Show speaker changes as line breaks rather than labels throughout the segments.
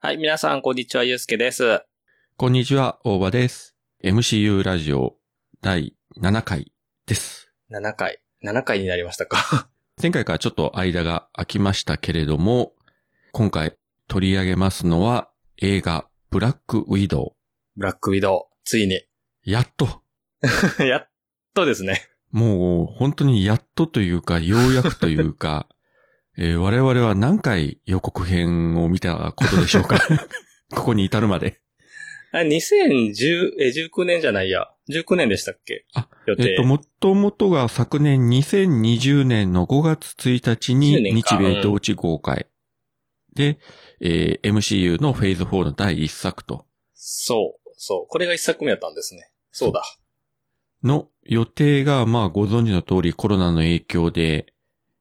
はい、皆さん、こんにちは、ゆうすけです。
こんにちは、大場です。MCU ラジオ第7回です。
7回。7回になりましたか。
前回からちょっと間が空きましたけれども、今回取り上げますのは映画ブラックウィド
ブラックウィドウ、ついに。
ウ。やっと、
やっとですね。
もう本当にやっとというか、ようやくというか、 えー我々は何回予告編を見たことでしょうか ここに至るまで。
あ2010、え、19年じゃないや。19年でしたっけ
あ、
予定。
えっと、もともとが昨年2020年の5月1日に
10年か
日米同地合会。で、えー MCU のフェーズ4の第1作と、
そう、そう。これが一作目やったんですね。そうだ。
の予定が、まあご存知の通りコロナの影響で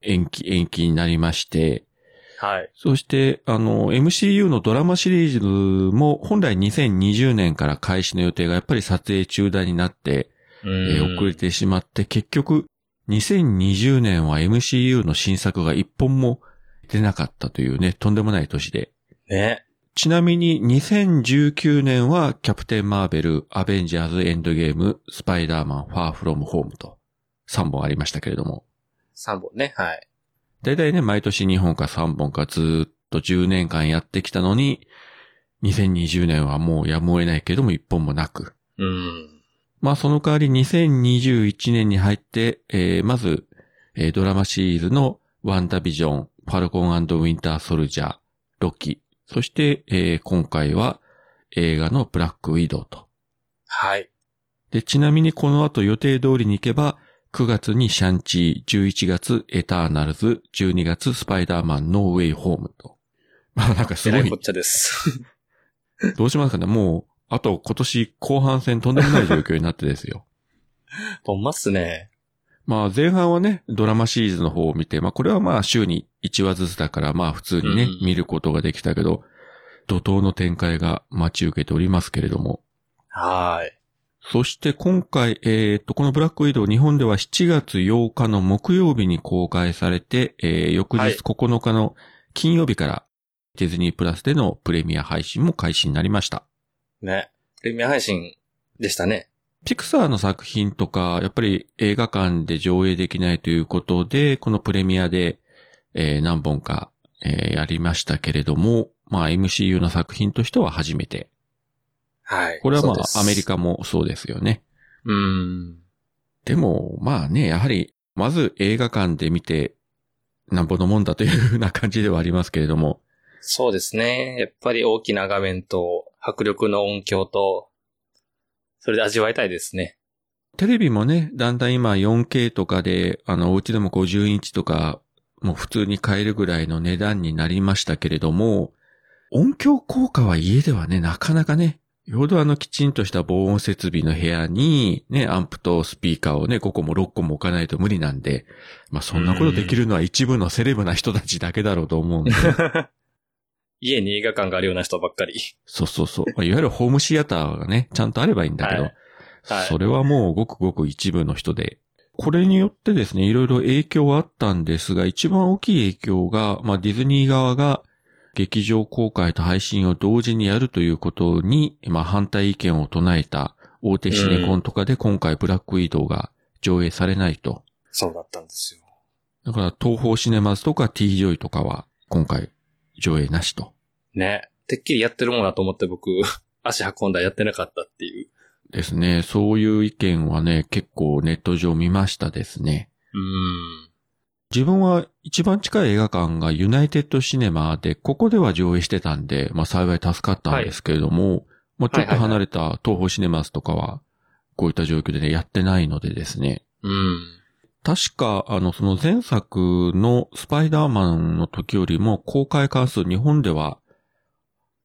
延期、延期になりまして、
はい。
そして、あの、MCU のドラマシリーズも本来2020年から開始の予定がやっぱり撮影中断になって、
う
えー遅れてしまって、結局、2020年は MCU の新作が一本も出なかったというね、とんでもない年で。
ね。
ちなみに、2019年は、キャプテン・マーベル、アベンジャーズ・エンドゲーム、スパイダーマン、ファー・フロム・ホームと、3本ありましたけれども。
3本ね。はい。
だいたいね、毎年2本か3本かずーっと10年間やってきたのに、2020年はもうやむを得ないけれども、1本もなく。
うん。
まあその代わり2021年に入って、えーまず、えードラマシリーズのワンダービジョン、ファルコンウィンターソルジャー、ロキ、そして、えー今回は映画のブラックウィドウと。
はい。
で、ちなみにこの後予定通りに行けば、9月にシャンチー、11月エターナルズ、12月スパイダーマン、ノーウェイホームと。まあなんかす
え
ご
ら
い
いこっ、ちゃです。
どうしますかねもう、あと今年後半戦とんでもない状況になってですよ。
ほんまっすね。
まあ前半はね、ドラマシリーズの方を見て、まあこれはまあ週に1話ずつだから、まあ普通にね、
うん
見ることができたけど、怒涛の展開が待ち受けておりますけれども。
はーい。
そして今回、えーっと、このブラックウィドウ、日本では7月8日の木曜日に公開されて、えー翌
はい
日9日の金曜日から、ディズニープラスでのプレミア配信も開始になりました。
ね。プレミア配信でしたね。
ピクサーの作品とか、やっぱり映画館で上映できないということで、このプレミアで、えー何本か、えーやりましたけれども、まあ MCU の作品としては初めて。
はい。
これはま
そうです
あアメリ。カもそうですよね。
うん。
でも、まあね、やはり、まず映画館で見て、なんぼのもんだというふうな感じではありますけれども、
そうですね。やっぱり大きな画面と、迫力の音響と、それで味わいたいです ね。
テレビもね、だんだん今 4K とかで、あの、お家でも50インチとか、もう普通に買えるぐらいの値段になりましたけれども、音響効果は家ではね、なかなかね、よほどあのきちんとした防音設備の部屋に、ね、アンプとスピーカーをね、5個も6個も置かないと無理なんで、まあそんなことできるのは一部のセレブな人たちだけだろうと思うんで、
家に映画館があるような人ばっかり。
そうそうそう。まあいわゆるホームシアターがね、ちゃんとあればいいんだけど、
はいはい
それはもうごくごく一部の人で、これによってですね、いろいろ影響はあったんですが、一番大きい影響が、まあディズニー側が劇場公開と配信を同時にやるということに、まあ反対意見を唱えた大手シネコンとかで今回ブラックウィドウが上映されないと。
そうだったんですよ。
だから東宝シネマズとか T ジョイとかは今回上映なしと。
ね。てっきりやってるもんだと思って僕、 足運んだらやってなかったっていう。
ですね。そういう意見はね、結構ネット上見ましたですね。
うん。
自分は一番近い映画館がユナイテッドシネマで、ここでは上映してたんで、まあ幸い助かったんですけれども、まあちょっと離れた東宝シネマズとかは、こういった状況でね、やってないのでですね。
うん。
確か、あの、その前作のスパイダーマンの時よりも公開関数日本では、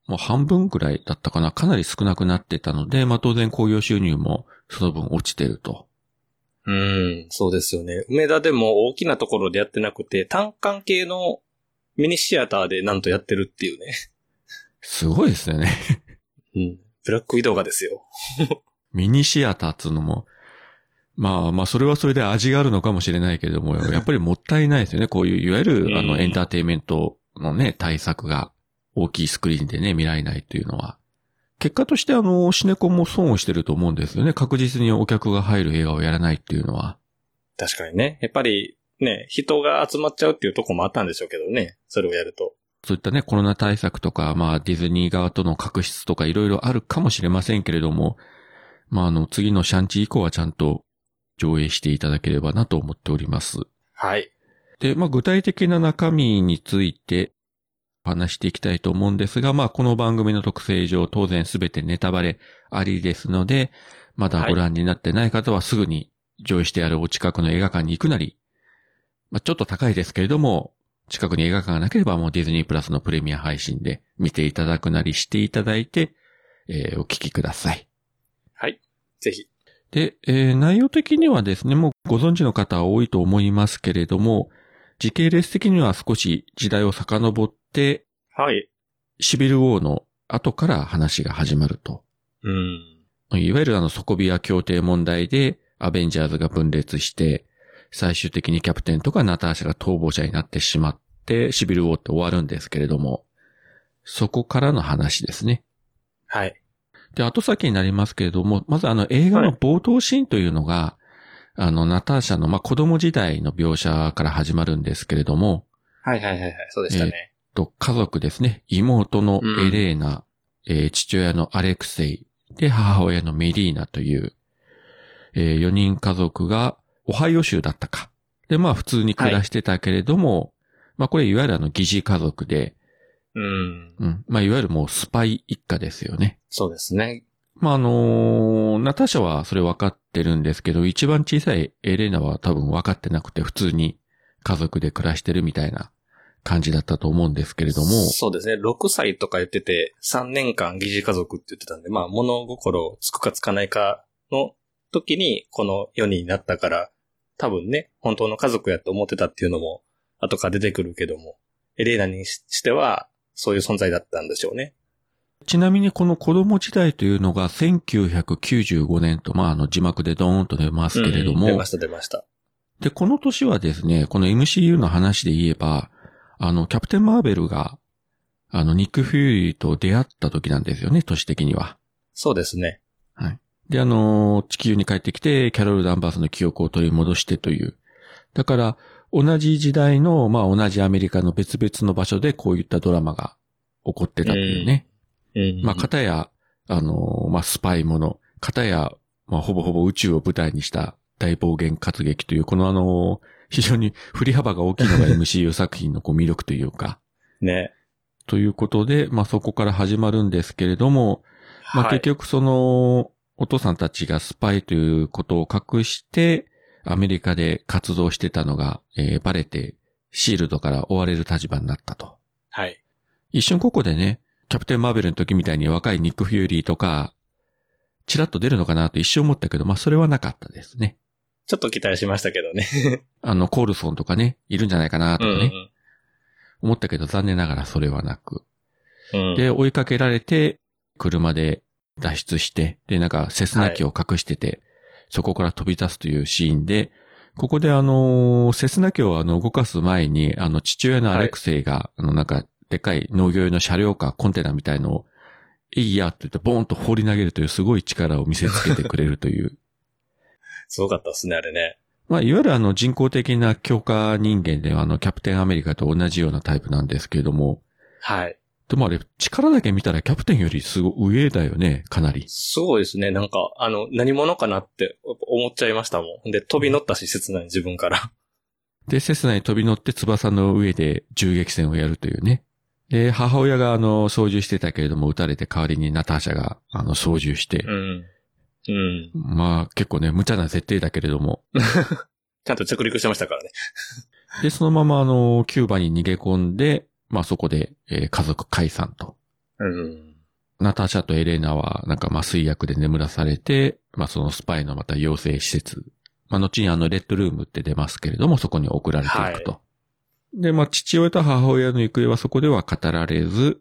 もう半分くらいだったかな、かなり少なくなってたので、まあ当然興行収入もその分落ちてると。
うん。そうですよね。梅田でも大きなところでやってなくて、単館系のミニシアターでなんとやってるっていうね。
すごいですよね。
うん。ブラック移動がですよ。
ミニシアターっつうのも、まあまあ、それはそれで味があるのかもしれないけれども、やっぱりもったいないですよね。こういう、いわゆ
うん
る、あの、エンターテインメントのね、対策が。大きいスクリーンでね、見られないというのは。結果としてあの、シネコンも損をしてると思うんですよね。確実にお客が入る映画をやらないっていうのは。
確かにね。やっぱり、ね、人が集まっちゃうっていうとこもあったんでしょうけどね。それをやると。
そういったね、コロナ対策とか、まあ、ディズニー側との確執とかいろいろあるかもしれませんけれども、まあ、あの、次のシャンチ以降はちゃんと上映していただければなと思っております。
はい。
で、まあ、具体的な中身についてお話していきたいと思うんですが、まあ、この番組の特性上、当然すべてネタバレありですので、まだご覧になってない方はすぐに上映してあるお近くの映画館に行くなり、まあ、ちょっと高いですけれども、近くに映画館がなければもうディズニープラスのプレミア配信で見ていただくなりしていただいて、えーお聞きください。
ぜひ。
で、えー内容的にはですね、もうご存知の方は多いと思いますけれども、時系列的には少し時代を遡って、
はい。
シビルウォーの後から話が始まると。
うん。
いわゆるあの、ソコビア協定問題で、アベンジャーズが分裂して、最終的にキャプテンとかナターシャが逃亡者になってしまって、シビルウォーって終わるんですけれども、そこからの話ですね。
はい。
で、後先になりますけれども、まずあの映画の冒頭シーンというのが、あの、ナターシャの、まあ、子供時代の描写から始まるんですけれども、
はいはいはいはい。そうでしたね。
と、家族ですね。妹のエレーナ、えー父親のアレクセイ、で、母親のメリーナという、え4人家族が、オハイオ州だったか。で、まあ、普通に暮らしてたけれども、まあ、これ、いわゆるあの、疑似家族で、
うん。
うん。まあ、いわゆるもうスパイ一家ですよね。
そうですね。
まあ、あのーナターシャはそれ分かってるんですけど、一番小さいエレーナは多分分かってなくて、普通に家族で暮らしてるみたいな感じだったと思うんですけれども、
そうですね。6歳とか言ってて、3年間疑似家族って言ってたんで、まあ物心つくかつかないかの時にこの世になったから、多分ね、本当の家族やと思ってたっていうのも後から出てくるけども、エレーナにししてはそういう存在だったんでしょうね。
ちなみにこの子供時代というのが1995年と、まあ、あの字幕でドーンと出ますけれども、
うん出ました出ました。
で、この年はですね、この MCU の話で言えば、あの、キャプテン・マーベルが、あの、ニック・フューリーと出会った時なんですよね、年的には。
そうですね。
で、あのー、地球に帰ってきて、キャロル・ダンバースの記憶を取り戻してという。だから、同じ時代の、まあ、同じアメリカの別々の場所でこういったドラマが起こってたっていうね。
うん
まあ、片や、あのー、まあ、スパイもの、片や、まあ、ほぼほぼ宇宙を舞台にした大暴言活劇という、このあのー、非常に振り幅が大きい のが MCU 作品のこう魅力というか、
ね。
ということで、まあ、そこから始まるんですけれども、まあ、
はい
結局その、お父さんたちがスパイということを隠して、アメリカで活動してたのが、えーバレて、シールドから追われる立場になったと。
はい。
一瞬ここでね、キャプテン・マーベルの時みたいに若いニック・フューリーとか、チラッと出るのかなと一瞬思ったけど、まあそれはなかったですね。
ちょっと期待しましたけどね。
あの、コールソンとかね、いるんじゃないかなと
う
かね、
ん
思ったけど残念ながらそれはなく。
うん。うん
で、追いかけられて、車で脱出して、で、なんか、セスナ機を隠してて、そこから飛び出すというシーンで、ここであのーセスナ機をあの、動かす前に、あの、父親のアレクセイが、あの、なんか、でっかい農業用の車両かコンテナみたいのを、いいやって言って、ボーンと放り投げるというすごい力を見せつけてくれるという。
すごかったですね、あれね。
まあ、いわゆるあの、人工的な強化人間では、あの、キャプテンアメリカと同じようなタイプなんですけれども、
はい。
でもあれ、力だけ見たらキャプテンよりすごい上だよね、かなり。
すごいですね。なんか、あの、何者かなって思っちゃいましたもん。で、飛び乗ったし、切ない自分から。
で、セスナに飛び乗って翼の上で銃撃戦をやるというね。で、母親があの、操縦してたけれども撃たれて代わりにナターシャがあの、操縦して。
うん。うん。
まあ、結構ね、無茶な設定だけれども。
ちゃんと着陸してましたからね。
で、そのままあの、キューバに逃げ込んで、まあそこで、えー家族解散と。
うん。
ナターシャとエレーナは、なんか麻酔薬で眠らされて、まあそのスパイのまた養成施設。まあ後にあの、レッドルームって出ますけれども、そこに送られていくと。で、まあ父親と母親の行方はそこでは語られず、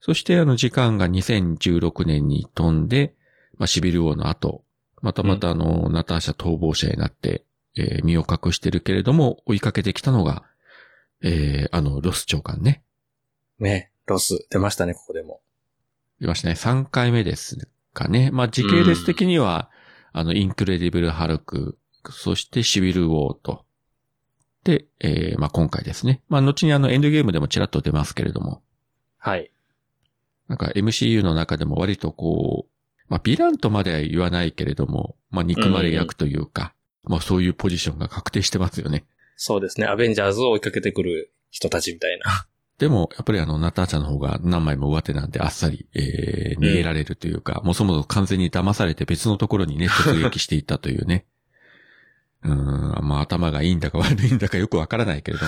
そしてあの時間が2016年に飛んで、まあシビル王の後、またまたあの、ナターシャ逃亡者になって、えー身を隠してるけれども、追いかけてきたのが、えーあの、ロス長官ね。
ね。ロス出ましたね、ここでも。
出ましたね。3回目ですかね。まあ、時系列的には、あの、インクレディブル・ハルク、そしてシビル・ウォーと。で、えー、まあ、今回ですね。まあ、後にあの、エンドゲームでもちらっと出ますけれども。
はい。
なんか MCU の中でも割とこう、まあ、ヴィランとまでは言わないけれども、まあ、憎まれ役というか、まあ、そういうポジションが確定してますよね。
そうですね、アベンジャーズを追いかけてくる人たちみたいな。
でも、やっぱりあの、ナターシャの方が何枚も上手なんであっさり、えー、逃げられるというか、もうそもそも完全に騙されて別のところにね、突撃していったというね。うーん、まあ頭がいいんだか悪いんだかよくわからないけれ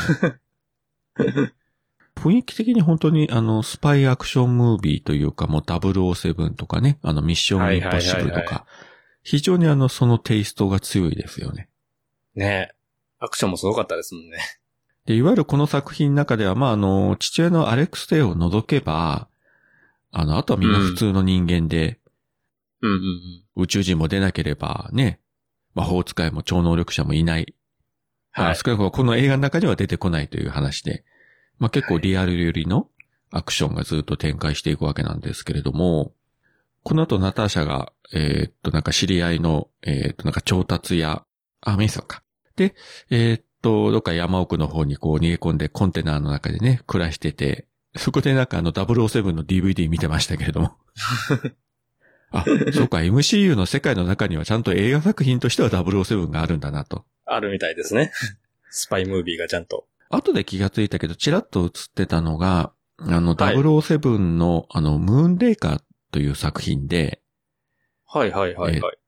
ども。 雰囲気的に本当にあの、スパイアクションムービーというか、もう007とかね、あの、ミッションインポッシブル
はいは
と
いはいは
か、非常にあの、そのテイストが強いですよね。
ねえアクションもすごかったですもんね。
で、いわゆるこの作品の中では、まあ、あの、父親のアレックス・テイを除けば、あの、あとはみんな普通の人間で、
うんうんうん。
宇宙人も出なければね、魔法使いも超能力者もいない。ま
は
あ
い。
少なくともこの映画の中には出てこないという話で、まあ、結構リアルよりのアクションがずっと展開していくわけなんですけれども、この後ナターシャが、えーっと、なんか知り合いの、えーっと、なんか調達屋、あ、メイさんか。で、えーっと、どっか山奥の方にこう逃げ込んでコンテナの中でね、暮らしてて、そこでなんかあの007の DVD 見てましたけ れども。あ、そうか、MCU の世界の中にはちゃんと映画作品としては007があるんだなと。
あるみたいですね。 スパイムービーがちゃんと。
後で気がついたけど、ちらっと映ってたのが、あの、
はい
007の、あの、ムーンレイカーという作品で、
はいはいはいはい。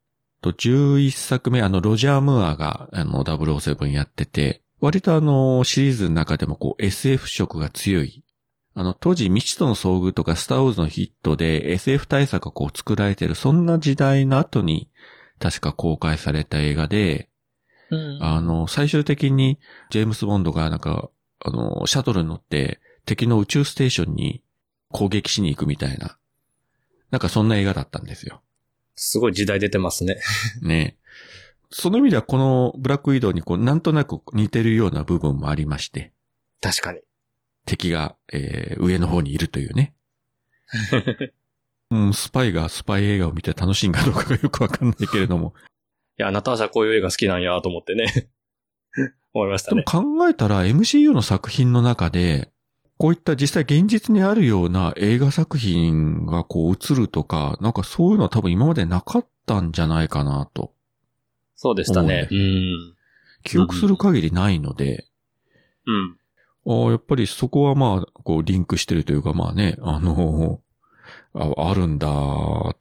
と11作目、あの、ロジャー・ムーアが、あの、007やってて、割とあの、シリーズの中でもこう、SF 色が強い。あの、当時、未知との遭遇とか、スターウォーズのヒットで SF 対策がこう、作られてる、そんな時代の後に、確か公開された映画で、
うん。
あの、最終的に、ジェームス・ボンドがなんか、あの、シャトルに乗って、敵の宇宙ステーションに攻撃しに行くみたいな。なんかそんな映画だったんですよ。
すごい時代出てますね。
ね。その意味ではこのブラックウィドウにこう、なんとなく似てるような部分もありまして、
確 かに。
敵が、えー、上の方にいるというね。うん、スパイがスパイ映画を見て楽しいんかどうかがよくわかんないけれども。
いや、ナターシャこういう映画好きなんやと思ってね。 思いました
でも
ね。
考えたら MCU の作品の中で、こういった実際現実にあるような映画作品がこう映るとか、なんかそういうのは多分今までなかったんじゃないかなと。
そうでしたね。
う
うん。
記憶する限りないので、
うん。
ああ、やっぱりそこはまあ、こうリンクしてるというかまあね、あのあ、あるんだ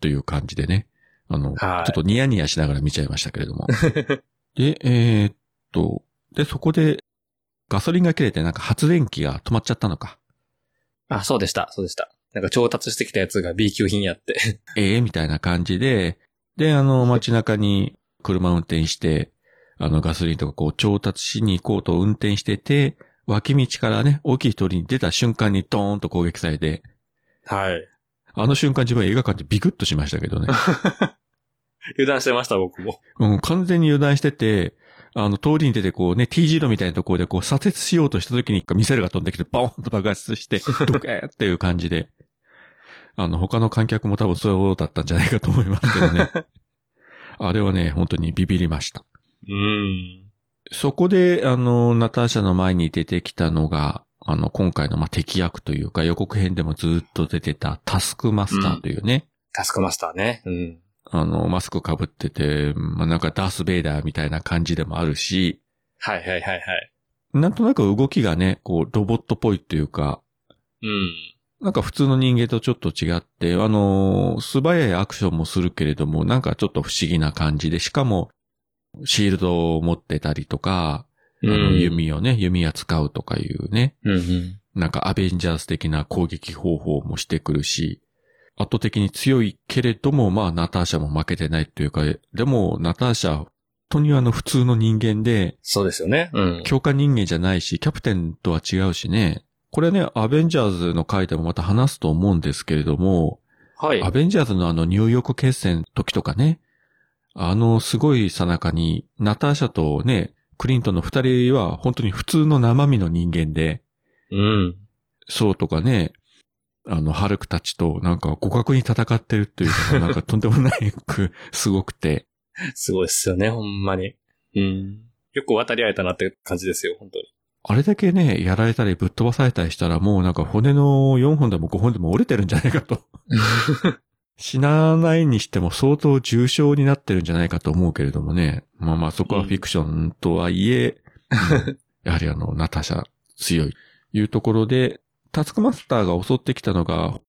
という感じでね。あの、
はい
ちょっとニヤニヤしながら見ちゃいましたけれども。で、えーっと、で、そこでガソリンが切れてなんか発電機が止まっちゃったのか。
あ、そうでした。そうでした。なんか調達してきたやつが B 級品やって。
ええみたいな感じで、で、あの、街中に車運転して、あの、ガソリンとかこう調達しに行こうと運転してて、脇道からね、大きい通りに出た瞬間にドーンと攻撃されて、
はい。
あの瞬間自分映画館でビクッとしましたけどね。
油断してました、僕も。
うん、完全に油断してて、あの、通りに出てこうね、T 字路みたいなところでこう左折しようとした時にミサイルが飛んできて、バーンと爆 発して、ドケーっていう感じで。あの、他の観客も多分そうだったんじゃないかと思いますけどね。 あれはね、本当にビビりました。
うん。
そこで、あの、ナターシャの前に出てきたのが、あの、今回の、まあ、敵役というか、予告編でもずっと出てたタスクマスターというね、
タスクマスターね。うん。
あの、マスク被ってて、まあ、なんかダース・ベイダーみたいな感じでもあるし、
はいはいはいはい。
なんとなく動きがね、こう、ロボットっぽいっていうか、
うん。
なんか普通の人間とちょっと違って、あのー素早いアクションもするけれども、なんかちょっと不思議な感じで、しかも、シールドを持ってたりとか、あの弓をね、弓矢使うとかいうね、
うんうん。
なんかアベンジャーズ的な攻撃方法もしてくるし、圧倒的に強いけれども、まあ、ナターシャも負けてないっていうか、でも、ナターシャ、本当にあの普通の人間で、
そうですよね。うん。
強化人間じゃないし、キャプテンとは違うしね。これね、アベンジャーズの回でもまた話すと思うんですけれども、
はい
ア。ベンジャーズのあのニューヨーク決戦の時とかね、あのすごいさなかに、ナターシャとね、クリントンの二人は本当に普通の生身の人間で、
うん。
そうとかね、あの、ハルクたちと、なんか、互角に戦ってるっていうのが、なんか、とんでもないく、すごくて。
すごいっすよね、ほんまに。うん。よく渡り合えたなって感じですよ、本当に。
あれだけね、やられたりぶっ飛ばされたりしたら、もうなんか骨の4本でも5本でも折れてるんじゃないかと。 死なないにしても相当重症になってるんじゃないかと思うけれどもね。まあまあそこはフィクションとはいえ、やはりあの、ナターシャ強い。いうところで、タスクマスターが襲ってきたのが、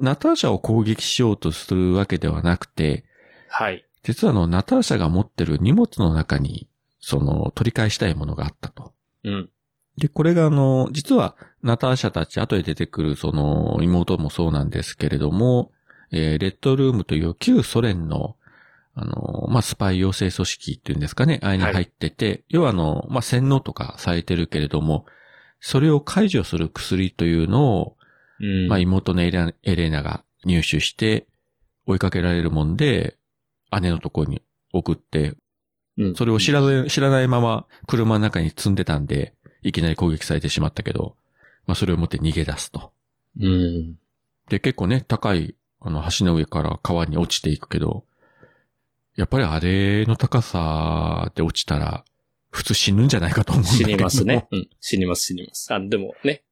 ナターシャを攻撃しようとするわけではなくて、
はい。
実はあの、ナターシャが持ってる荷物の中に、その、取り返したいものがあったと。
うん。
で、これがあの、実は、ナターシャたち、後で出てくる、その、妹もそうなんですけれども、えーレッドルームという旧ソ連の、あの、まあ、スパイ養成組織っていうんですかね、あれに入ってて、要はあの、まあ、洗脳とかされてるけれども、それを解除する薬というのを、
うん。
まあ、妹のエレナエレナが入手して、追いかけられるもんで、姉のところに送って、
うん
それを知らない、知らないまま車の中に積んでたんで、いきなり攻撃されてしまったけど、まあそれを持って逃げ出すと。
うん。
で、結構ね、高い、あの、橋の上から川に落ちていくけど、やっぱりあれの高さで落ちたら、普通死ぬんじゃないかと思うんだけ
死
ど。
にますね。。うん。死にます、死にます。あ、でもね、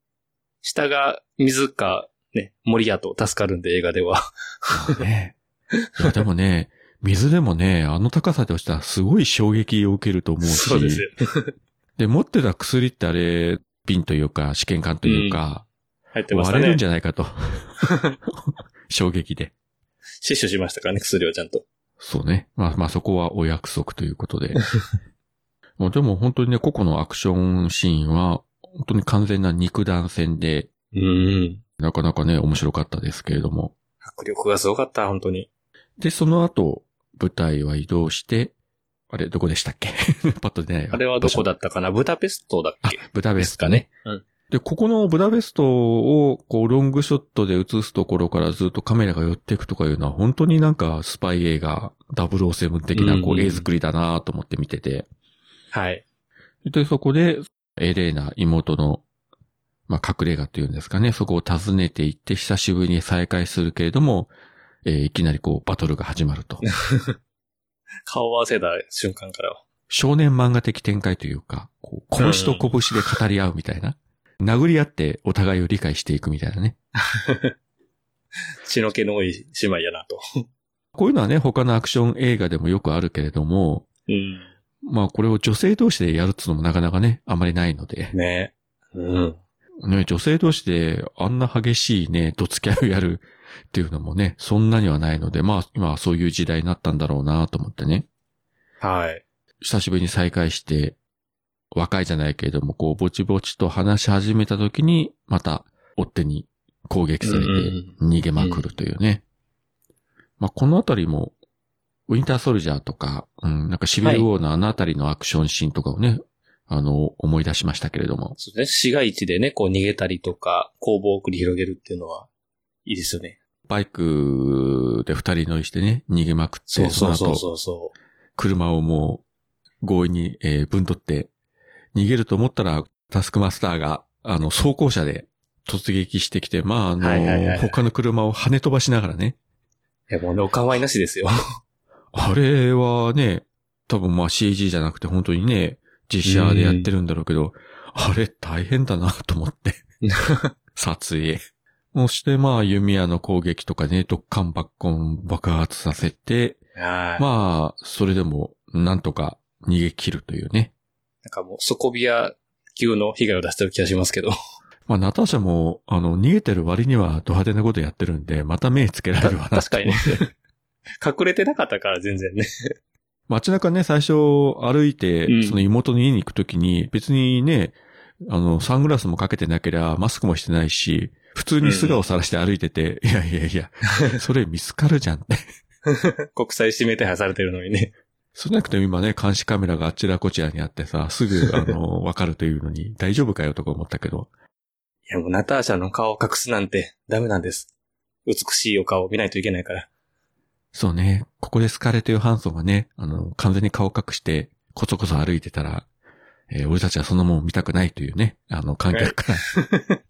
下が水か、ね、森やと助かるんで、映画では。
ね。 いや、でもね、水でもね、あの高さで落ちたらすごい衝撃を受けると思うし。
そうですよ。
で、持ってた薬ってあれ、瓶というか、試験管というか、
入ってました
割れる
ね
ん。じゃないかと。 衝撃で。
死守しましたからね、薬はちゃんと。
そうね。まあまあそこはお約束ということで。 もうでも本当にね、個々のアクションシーンは、本当に完全な肉弾戦で、
うん。
なかなかね、面白かったですけれども。
迫力がすごかった、本当に。
で、その後、舞台は移動して、あれ、どこでしたっけ パッと出ないわ
あれはどこだったかなブダペストだっ
あ
け、
ブダペストね。
うん
で、ここのブダペストを、こう、ロングショットで映すところからずっとカメラが寄っていくとかいうのは、本当になんかスパイ映画、007的な、
うん
こう、
うん
絵作りだなと思って見てて。
はい。
で、そこで、エレーナ、妹の、まあ、隠れ家っていうんですかね、そこを訪ねて行って、久しぶりに再会するけれども、えーいきなりこう、バトルが始まる と。
顔を合わせた瞬間からは。
少年漫画的展開というか、こう拳と拳で語り合うみたいな。殴り合ってお互いを理解していくみたいなね。
血の気の多い姉妹やなと。
こういうのはね、他のアクション映画でもよくあるけれども、
うん。
まあこれを女性同士でやるっつうのもなかなかね、あまりないので、
ねうん。
ね、女性同士であんな激しいね、どつき合いをやるっていうのもね、そんなにはないので、まあ今はそういう時代になったんだろうなと思ってね、
はい。
久しぶりに再会して、若いじゃないけれども、こう、ぼちぼちと話し始めた時に、また、追手に攻撃されて、逃げまくるというね。まあ、このあたりも、ウィンターソルジャーとか、うん、なんかシビルウォーのあのあたりのアクションシーンとかをね、あの、思い出しましたけれども。
そうですね。市街地でね、こう逃げたりとか、攻防を繰り広げるっていうのは、いいですよね。
バイクで二人乗りしてね、逃げまくって、
そうそうそう
の後、
そうそ
車をもう、強引に、えー、ぶん取って、逃げると思ったら、タスクマスターが、あの、走行車で突撃してきて、まあ、あの、
はいはいはい
他の車を跳ね飛ばしながらね、
う。いや、もうね、お構いなし ですよ。
あれはね、多分まあ CG じゃなくて本当にね、実写でやってるんだろうけど、あれ大変だなと 思って。撮影。そしてまあ弓矢の攻撃とかね、ドッカンバッコン爆発させて、
はい。
まあ、それでもなんとか逃げ切るというね。
なんかもう、底ビア級の被害を出してる気がしますけど。
まあ、ナターシャも、あの、逃げてる割にはド派手なことやってるんで、また目つけられるわな
確かにね。隠れてなかったから、全然ね。
街中ね、最初歩いて
うん、
その妹の家に行くときに、別にね、あの、サングラスもかけてなけりゃ、マスクもしてないし、普通に素顔さらして歩いてて、いやいやいや、それ見つかるじゃんって。
国際指名手配されてるのにね。
そうじゃなくても今ね、監視カメラがあちらこちらにあってさ、すぐ、あの、わかるというのに、大丈夫かよとか思ったけど、
いや、もうナターシャの顔を隠すなんてダメなんです。美しいお顔を見ないといけないから。
そうね、ここでスカーレット・ヨハンソンがね、あの、完全に顔隠して、こそこそ歩いてたら、えー俺たちはそんなもん見たくないというね、あの、観客から、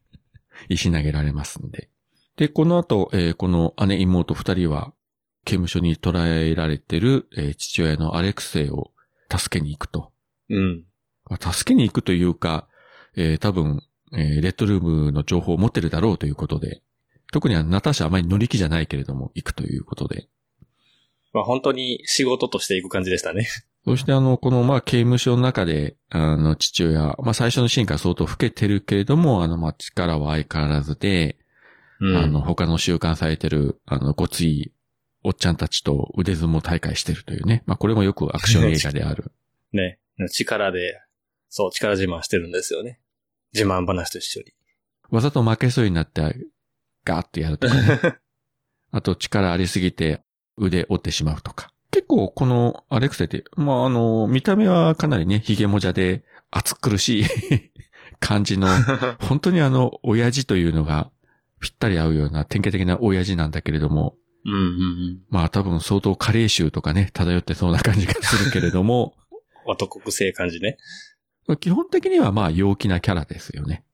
石投げられますんで。で、この後、えーこの姉妹二人は、刑務所に捕らえられてる、えー父親のアレクセイを助けに行くと。
うん。
まあ助けに行くというか、えー多分、えーレッドルームの情報を持ってるだろうということで、特にあのナターシャはあまり乗り気じゃないけれども、行くということで。
まあ本当に仕事としていく感じでしたね。
そしてあの、このまあ刑務所の中で、あの、父親、まあ最初のシーンから相当老けてるけれども、あの、まあ力は相変わらずで、
うん。
あの、他の収監されてる、あの、ごつい、おっちゃんたちと腕相撲大会してるというね。まあこれもよくアクション映画で ある。
ね。力で、そう、力自慢してるんですよね。自慢話と一 緒に。
わざと負けそうになって、ガーッとやるとか、ね、あと力ありすぎて腕折ってしまうとか。結構このアレクセって、まあ、あの、見た目はかなりね、ヒゲもじゃで暑苦しい 感じの、本当にあの、親父というのがぴったり合うような典型的な親父なんだけれども、
うんうんうん。
まあ多分相当加齢臭とかね、漂ってそうな感じがするけれども、
男臭い感じね。
基本的にはまあ陽気なキャラですよね。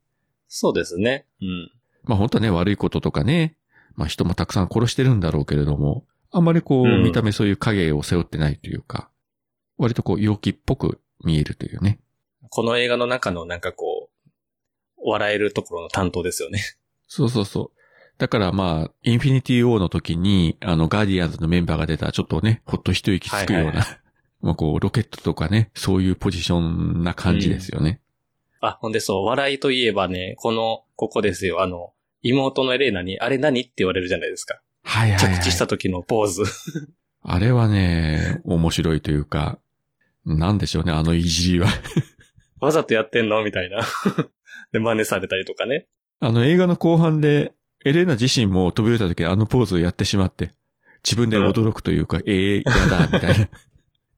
そうですね。うん。
まあ本当はね、悪いこととかね、まあ人もたくさん殺してるんだろうけれども、あんまりこう、
うん
見た目そういう影を背負ってないというか、割とこう、陽気っぽく見えるというね。
この映画の中のなんかこう、笑えるところの担当ですよね。
そうそうそう。だからまあ、インフィニティ・ウォーの時に、あの、ガーディアンズのメンバーが出た、ちょっとね、ほっと一息つくような、
はいはい
まあこう、ロケットとかね、そういうポジションな感じですよね。
あ、ほんでそう、笑いといえばね、この、ここですよ。あの、妹のエレーナに、あれ何って言われるじゃないですか。
はいはい、はい。
着地した時のポーズ。
あれはね、面白いというか、なんでしょうね、あのいじりは。
わざとやってんのみたいな。 で、真似されたりとかね。
あの映画の後半で、エレーナ自身も飛び降りた時あのポーズをやってしまって、自分で驚くというか、ええやだ、みたいな。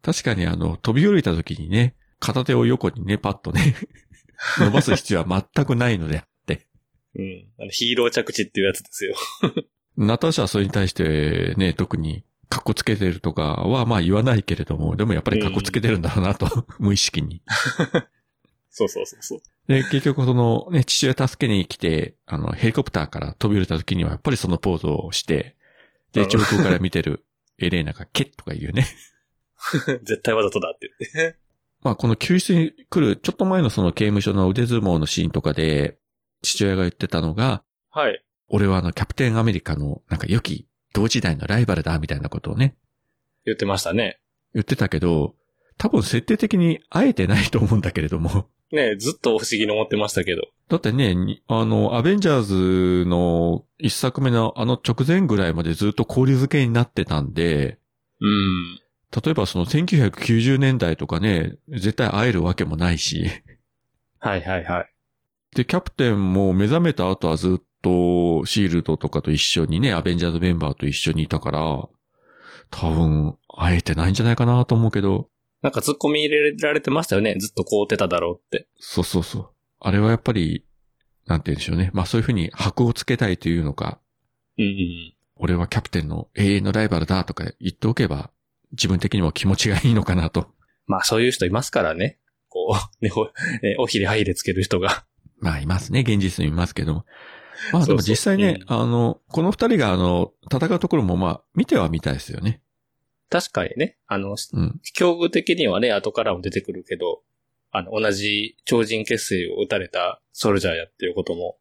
確かにあの、飛び降りた時にね、片手を横にね、パッとね、 伸ばす必要は全くないのであって。
うん。あのヒーロー着地っていうやつですよ。
ナターシャはそれに対してね、特に、カッコつけてるとかはまあ言わないけれども、でもやっぱりカッコつけてるんだろうなと、無意識に。
そうそうそうそう。
で、結局その、ね、父親助けに来て、あの、ヘリコプターから飛び降りた時にはやっぱりそのポーズをして、
う
で、
ん
上空から見てるエレーナがケッとか言うね。
絶対わざとだって言って。
まあ、この救出に来るちょっと前のその刑務所の腕相撲のシーンとかで、父親が言ってたのが、
はい。
俺はあの、キャプテンアメリカのなんか良き同時代のライバルだみたいなことをね、
言ってましたね。
言ってたけど、多分設定的に会えてないと思うんだけれども。
ねえずっと不思議に思ってましたけど。
だってね、にあの、アベンジャーズの一作目のあの直前ぐらいまでずっと交流づけになってたんで、
うん。
例えばその1990年代とかね、絶対会えるわけもないし。
はいはいはい。
で、キャプテンも目覚めた後はずっとシールドとかと一緒にね、アベンジャーズメンバーと一緒にいたから、多分会えてないんじゃないかなと思うけど、
なんか突っ込み入れられてましたよね。ずっとこうてただろうって。
そうそうそう。あれはやっぱり、なんて言うんでしょうね。まあそういうふうに箔をつけたいというのか、
うんうん。
俺はキャプテンの永遠のライバルだとか言っておけば、自分的にも気持ちがいいのかなと。
まあそういう人いますからね。こう、ね、お、ね、おひれはひれつける人が。
まあ、いますね。現実にいますけど。
そ
まあ、で
うそう
も実際ね、
う
あの、この二人が、あの、戦うところも、まあ、見ては見たいですよね。
確かにね。あの、
うん。
境遇的にはね、後からも出てくるけど、あの、同じ超人結成を打たれたソルジャーやっていうことも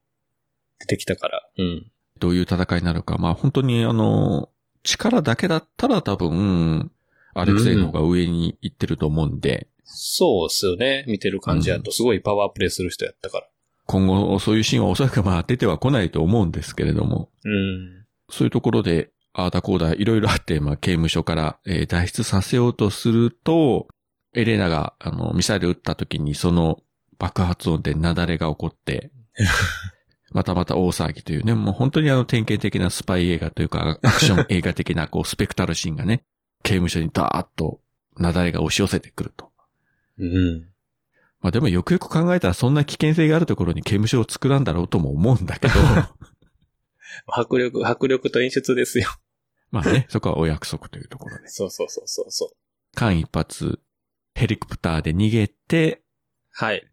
出てきたから。うん。
どういう戦いになるか。まあ、本当に、あの、力だけだったら多分、アレクセイの方が上に行ってると思うんで、
そうっすよね。見てる感じやと、すごいパワープレイする人やったから。
今後、そういうシーンはおそらく、まあ、出ては来ないと思うんですけれども、
うん。
そういうところで、ああだこうだ、いろいろあって、まあ、刑務所から、えー脱出させようとすると、エレナが、あの、ミサイル撃った時に、その爆発音で雪崩が起こって、またまた大騒ぎというね、もう本当にあの典型的なスパイ映画というか、アクション映画的な、こう、スペクタルシーンがね、刑務所にダーッと雪崩が押し寄せてくると。
うん。
まあでもよくよく考えたらそんな危険性があるところに刑務所を作らんだろうとも思うんだけど、
迫力、迫力と演出ですよ。
まあね、そこはお約束というところで。
そうそうそうそうそう。
間一髪、ヘリコプターで逃げて、
はい。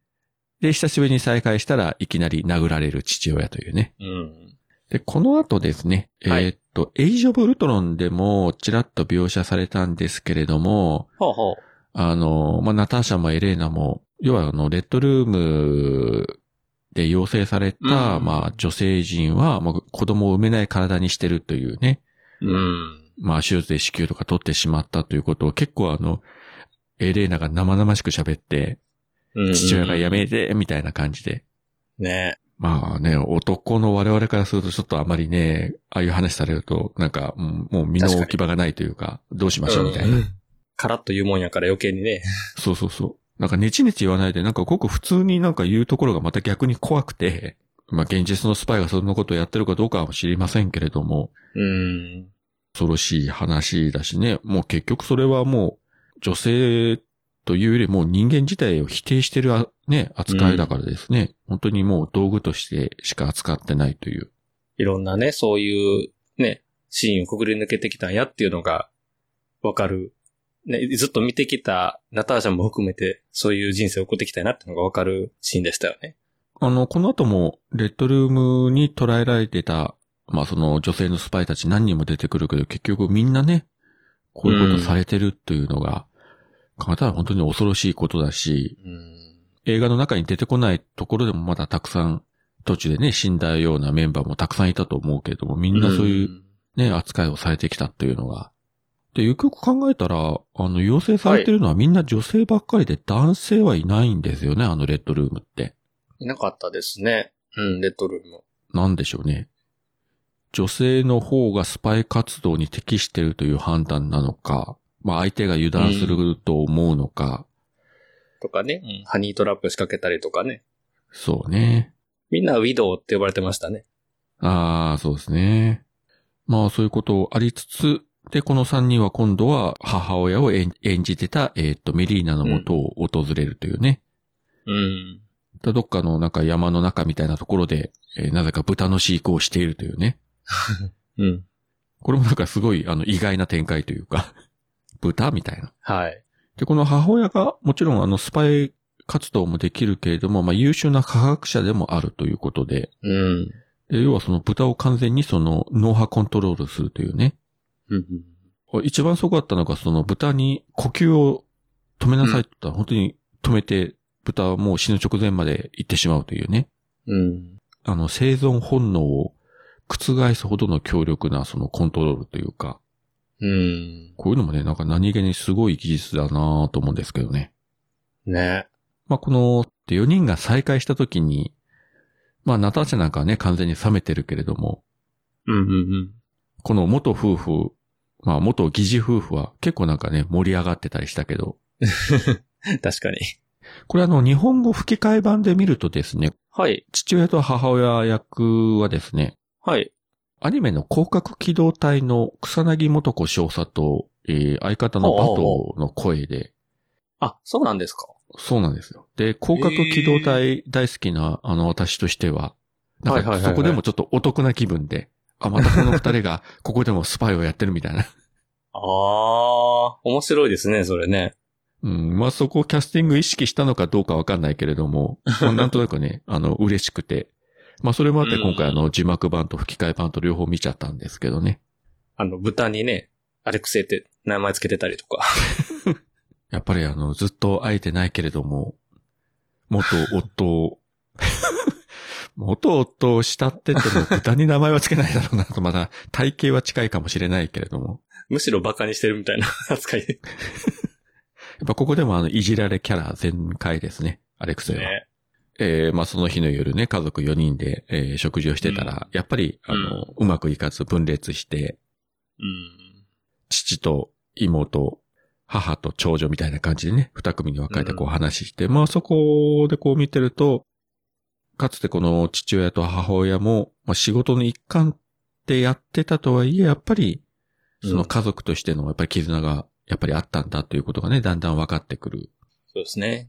で、久しぶりに再会したらいきなり殴られる父親というね。
うん。
で、この後ですね、
はい
えーっと、エイジオブウルトロンでもちらっと描写されたんですけれども、
ほうほう。
あの、まあ、ナターシャもエレーナも、要はあの、レッドルームで養成された、
うん
まあ、女性陣は、まあ、子供を産めない体にしてるというね、
うん。
まあ、手術で子宮とか取ってしまったということを結構あの、エレーナが生々しく喋って、
うん
父親がやめて、みたいな感じで。
ね
まあね、男の我々からするとちょっとあまりね、ああいう話されると、なんか、うんもう身の置き場がないというか、どうしましょうみたいな。
カラッと言うもんやから余計にね。
そうそうそう。なんかネチネチ言わないで、なんかごく普通になんか言うところがまた逆に怖くて、まあ現実のスパイがそんなことをやってるかどうかは知りませんけれども、
うん。
恐ろしい話だしね、もう結局それはもう女性というよりも人間自体を否定してるあね、扱いだからですね、本当にもう道具としてしか扱ってないという。
いろんなね、そういうね、シーンをくぐり抜けてきたんやっていうのがわかる。ね、ずっと見てきたナターシャも含めて、そういう人生を送ってきたいなっていうのがわかるシーンでしたよね。
あの、この後も、レッドルームに捕らえられてた、まあその女性のスパイたち何人も出てくるけど、結局みんなね、こういうことされてるというのが、また本当に恐ろしいことだし、
うん。
映画の中に出てこないところでもまだたくさん、途中でね、死んだようなメンバーもたくさんいたと思うけれども、みんなそういうね、扱いをされてきたっていうのが。で、よくよく考えたら、あの、要請されてるのはみんな女性ばっかりで男性はいないんですよね、あのレッドルームって。
いなかったですね。うん、レッドルーム。
なんでしょうね。女性の方がスパイ活動に適してるという判断なのか、まあ相手が油断すると思うのか、
とかね、うん、ハニートラップ仕掛けたりとかね。
そうね。
みんなウィドウって呼ばれてましたね。
ああ、そうですね。まあそういうことありつつ、で、この3人は今度は母親を演演じてた、えーっと、メリーナの元を訪れるというね。
うん。
だどっかのなんか山の中みたいなところで、えーなぜか豚の飼育をしているというね。
うん。
これもなんかすごい、あの、意外な展開というか、 豚みたいな。
はい。
で、この母親が、もちろんあの、スパイ活動もできるけれども、まあ、優秀な科学者でもあるということで、
うん。
で要はその豚を完全にその、脳波コントロールするというね。
うん。
一番すごかったのが、その豚に呼吸を止めなさいって言ったら、本当に止めて、豚はもう死ぬ直前まで行ってしまうというね。
うん。
あの、生存本能を覆すほどの強力なそのコントロールというか、
うん。
こういうのもね、なんか何気にすごい技術だなぁと思うんですけどね。
ね。
まあ、この4人が再会した時に、まあ、ナターシャなんかはね、完全に冷めてるけれども、
うん。うん。
この元夫婦、まあ、元疑似夫婦は結構なんかね、盛り上がってたりしたけど、
うん。 確かに。
これあの、日本語吹き替え版で見るとですね、
はい。
父親と母親役はですね、
はい。
アニメの広角機動隊の草薙元子少佐と、えー相方のバトの声で、
あ、そうなんですか。
そうなんですよ。で、広角機動隊大好きな、あの、私としては、な
はいはい
んか
はいはい
そこでもちょっとお得な気分で、あ、またこの二人が、ここでもスパイをやってるみたいな。
ああ、面白いですね、それね。
うん、まあそこをキャスティング意識したのかどうかわかんないけれども、まあなんとなくね、あの、嬉しくて。まあそれもあって今回あの、字幕版と吹き替え版と両方見ちゃったんですけどね。
あの、豚にね、アレクセイって名前つけてたりとか。
やっぱりあの、ずっと会えてないけれども、元夫を、元夫を慕ってても豚に名前はつけないだろうなと、まだ体型は近いかもしれないけれども。
むしろ馬鹿にしてるみたいな 扱いで
やっぱここでもあの、いじられキャラ全開ですね。アレク
す
セイは。
ね。
えーまあその日の夜ね、家族4人で、えー食事をしてたら、やっぱり、あの、うまくいかず分裂して、
うん。
父と妹、母と長女みたいな感じでね、二組に分かれてこう
うん
話して、まあそこでこう見てると、かつてこの父親と母親も、まあ、仕事の一環ってやってたとはいえ、やっぱり、その家族としてのやっぱり絆が、やっぱりあったんだということがね、だんだん分かってくる。
そうですね。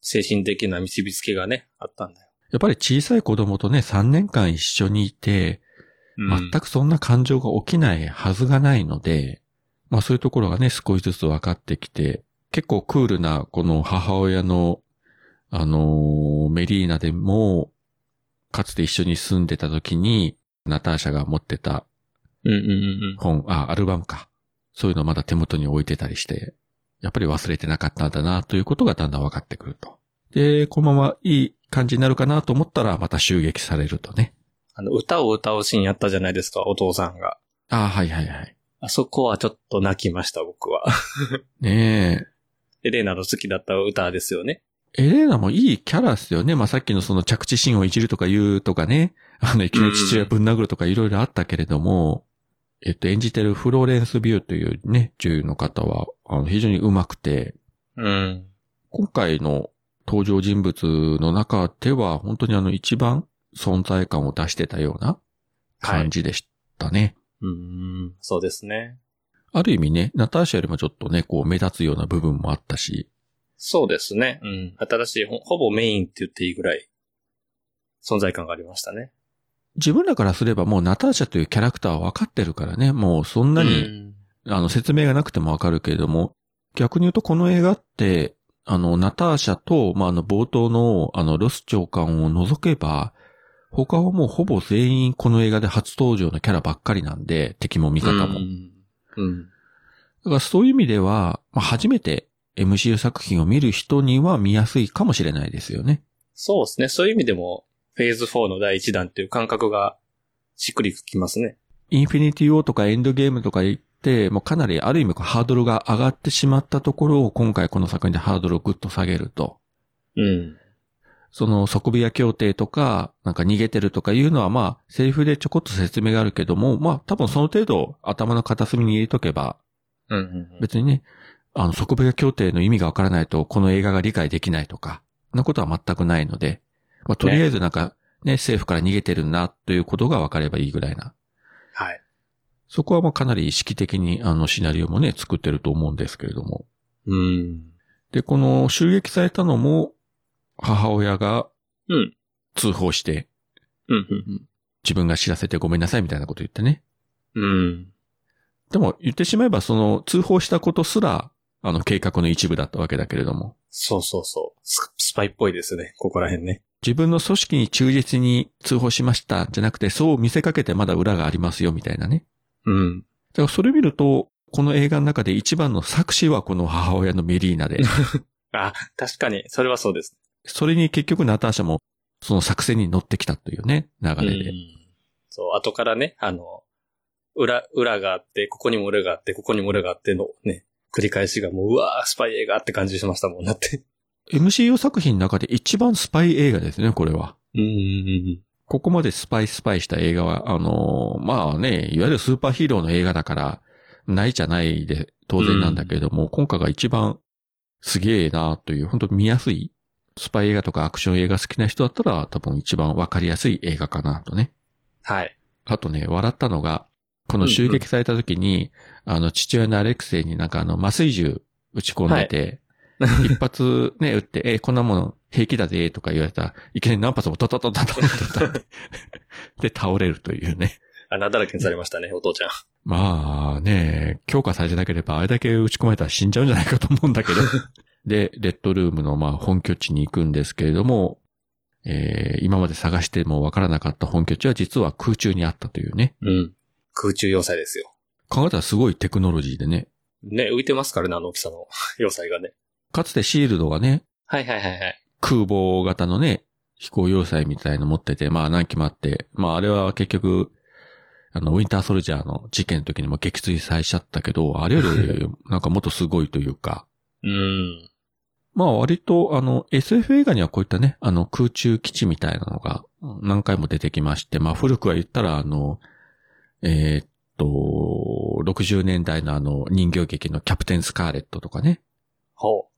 精神的な導きがね、あったんだよ。
やっぱり小さい子供とね、3年間一緒にいて、
うん
全くそんな感情が起きないはずがないので、まあそういうところがね、少しずつ分かってきて、結構クールなこの母親の、あのーメリーナでも、かつて一緒に住んでた時に、ナターシャが持ってた
うんうんうん
本、あ、アルバムか。そういうのまだ手元に置いてたりして、やっぱり忘れてなかったんだな、ということがだんだん分かってくると。で、このままいい感じになるかなと思ったら、また襲撃されるとね。
あの、歌を歌うシーンやったじゃないですか、お父さんが。
ああ、はいはいはい。
あそこはちょっと泣きました、僕は。
ね
エレーナの好きだった歌ですよね。
え。エレーナもいいキャラですよね。まあ、さっきのその着地シーンをいじるとか言うとかね。 あの、いきなり父親ぶん殴るとかいろいろあったけれども、えっと、演じてるフローレンス・ビューというね、女優の方は、あの、非常に上手くて、
うん。
今回の登場人物の中では、本当にあの一番存在感を出してたような感じでしたね。
うん、そうですね。
ある意味ね、ナターシャよりもちょっとね、こう目立つような部分もあったし、
そうですね。うん。新しいほ、ほぼメインって言っていいぐらい、存在感がありましたね。
自分らからすればもうナターシャというキャラクターは分かってるからね、もうそんなに、
うん
あの説明がなくても分かるけれども、逆に言うとこの映画って、あの、ナターシャと、まあ、あの、冒頭の、あの、ロス長官を除けば、他はもうほぼ全員この映画で初登場のキャラばっかりなんで、敵も味方も。
うん。うん。
だからそういう意味では、まあ、初めて MCU 作品を見る人には見やすいかもしれないですよね。
そうですね。そういう意味でも、フェーズ4の第1弾っていう感覚がしっくりきますね。
インフィニティ・ウォーとかエンドゲームとか言って、もうかなりある意味こうハードルが上がってしまったところを今回この作品でハードルをぐっと下げると。
うん。
その即部屋協定とか、なんか逃げてるとかいうのはまあ、セリフでちょこっと説明があるけども、まあ多分その程度頭の片隅に入れとけば、
うんうんうん。
別にね、あの、即部屋協定の意味がわからないと、この映画が理解できないとか、そんなことは全くないので、まあとりあえずなんか、ね、政府から逃げてるな、ということがわかればいいぐらいな。
はい。
そこはまあかなり意識的にあのシナリオもね、作ってると思うんですけれども。
うん。
で、この襲撃されたのも、母親が
うん。
通報して、
うんうん
自分が知らせてごめんなさいみたいなこと言ってね。
うん。うん。
でも言ってしまえばその通報したことすら、あの計画の一部だったわけだけれども。
そうそうそう。ススパイっぽいですね。ここら辺ね。
自分の組織に忠実に通報しましたじゃなくて、そう見せかけてまだ裏がありますよみたいなね。
うん。
だからそれ見ると、この映画の中で一番の作詞はこの母親のメリー ナで、
あ、確かに、それはそうです。
それに結局ナターシャもその作戦に乗ってきたというね、流
う
れで。
ん。そう、後からね、あの、裏、裏があって、ここにも裏があって、ここにも裏があってのね、繰り返しがもう、うわー、スパイ映画って感じしましたもんなって。
MCU 作品の中で一番スパイ映画ですね、これは。
うんうん
ここまでスパイスパイした映画は、あのーまあね、いわゆるスーパーヒーローの映画だから、ないじゃないで当然なんだけれども、今回が一番すげえなという、本当見やすい、スパイ映画とかアクション映画好きな人だったら、多分一番わかりやすい映画かなとね。
はい。
あとね、笑ったのが、この襲撃された時に、あの、父親のアレクセイになんかあの、麻酔銃撃ち込んでて、一発ね、撃って、え、こんなもの平気だぜ、とか言われたら、いきなり何発もトトトトトトトトって、で、倒れるというね。
穴だらけにされましたね、お父ちゃん。
まあね、強化されてなければ、あれだけ撃ち込まれたら死んじゃうんじゃないかと思うんだけど。で、レッドルームのまあ本拠地に行くんですけれども、えー今まで探してもわからなかった本拠地は実は空中にあったというね。
うん。空中要塞ですよ。
考えたらすごいテクノロジーでね。
ね、浮いてますからね、あの大きさの 要塞がね。
かつてシールドがね、
はいはいはいはい。
空母型のね、飛行要塞みたいの持ってて、まあ何機もあって、まああれは結局、あの、ウィンターソルジャーの事件の時にも撃墜されちゃったけど、あれより、なんかもっとすごいというか、
うん。
まあ割と、あの、SF 映画にはこういったね、あの、空中基地みたいなのが何回も出てきまして、まあ古くは言ったら、あの、えーっと、60年代のあの、人形劇のキャプテンスカーレットとかね、
ほ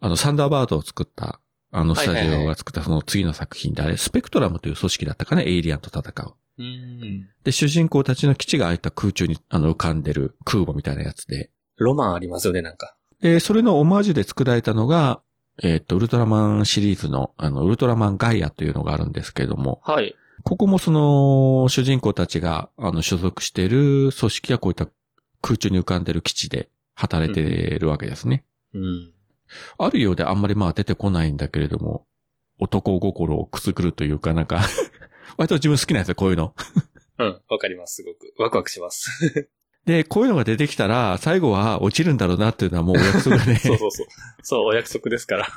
あの、サンダーバードを作った、あの、
は
ス
いは
タ
いはい
ジオが作ったその次の作品で、あれ、スペクトラムという組織だったかな、エイリアンと戦う。
う。うん。
で、主人公たちの基地がああいった空中に、あの、浮かんでる空母みたいなやつで。
ロマンありますよね、なんか。
で、それのオマージュで作られたのが、えーっと、ウルトラマンシリーズの、あの、ウルトラマンガイアというのがあるんですけれども、
はい。
ここもその、主人公たちが、あの、所属している組織がこういった空中に浮かんでる基地で働いてるわけですね。
うん。
あるようであんまりまあ出てこないんだけれど も、男心をくすぐるというか、なんか、割と自分好きなんですよ、こういうの。
うん、わかります、すごく。ワクワクし ます。
で、こういうのが出てきたら、最後は落ちるんだろうなっていうのはもうお約束だ ね。
そうそうそう。そう、お約束ですから。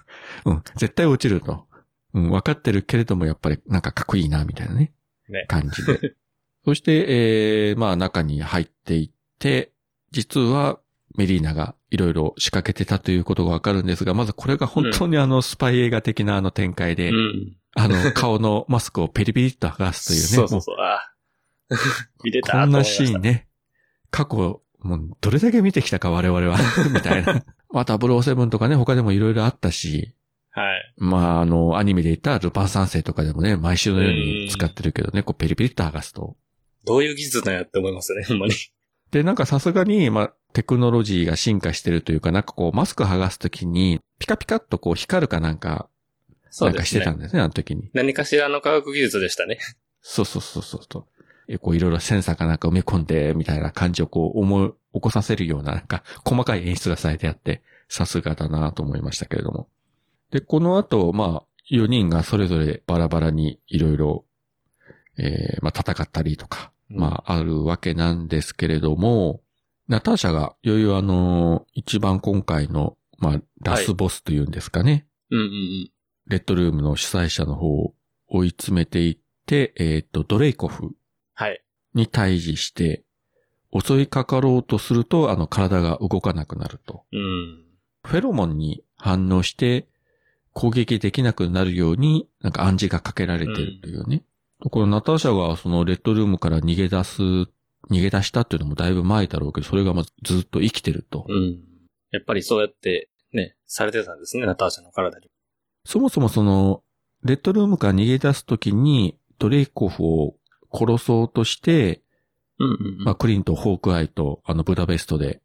うん、絶対落ちると。うん、わかってるけれども、やっぱりなんかかっこいいな、みたいなね。
ね
感じで。 そして、えー、まあ中に入っていって、実はメリーナがいろいろ仕掛けてたということがわかるんですが、まずこれが本当にあのスパイ映画的なあの展開で、
うん。
あの顔のマスクをペリペリっと剥がすというね。
そうそ
も
うそう。あ ー見れた
こんな
と思
シ
いました
ーンね。過去、もうどれだけ見てきたか我々は、 みた いな。まあ007とかね、他でもいろいろあったし、
はい。
まあ、あの、アニメで言ったルパン三世とかでもね、毎週のように使ってるけどね、こうペリペリっと剥がすと。
どういう技術なんやって思いますね、ほんまに。
で、なんかさすがに、まあ、テクノロジーが進化してるというか、なんかこう、マスク剥がすときに、ピカピカっとこう光るかなんか、
そ
な
うん
か
で
し
す
て
ね
た。んですね、あの時に。
何かしらの科学技術でしたね。
そうそうそうそうと。えこういろいろセンサーかなんか埋め込んで、みたいな感じをこう思い、起こさせるような、なんか細かい演出がされてあって、さすがだなと思いましたけれども。で、この後、まあ、4人がそれぞれバラバラにいろいろ、えー、まあ戦ったりとか、
うん
まああるわけなんですけれども、ナターシャが、いよいよあのー一番今回の、まあ、ラスボスというんですかね。
うんうんうん。
レッドルームの主催者の方を追い詰めていって、えっ、と、ドレイコフ
はい。
に対峙して、襲いかかろうとすると、あの、体が動かなくなると。
うん。
フェロモンに反応して、攻撃できなくなるように、なんか暗示がかけられてるというね。このナターシャがそのレッドルームから逃げ出す、逃げ出したっていうのもだいぶ前だろうけど、それがまあずっと生きてると。
うん。やっぱりそうやって、ね、されてたんですね、ナターシャの体に。
そもそもその、レッドルームから逃げ出すときに、ドレイコフを殺そうとして、
うん
まあ、クリンとホークアイと、あの、ブダベストで、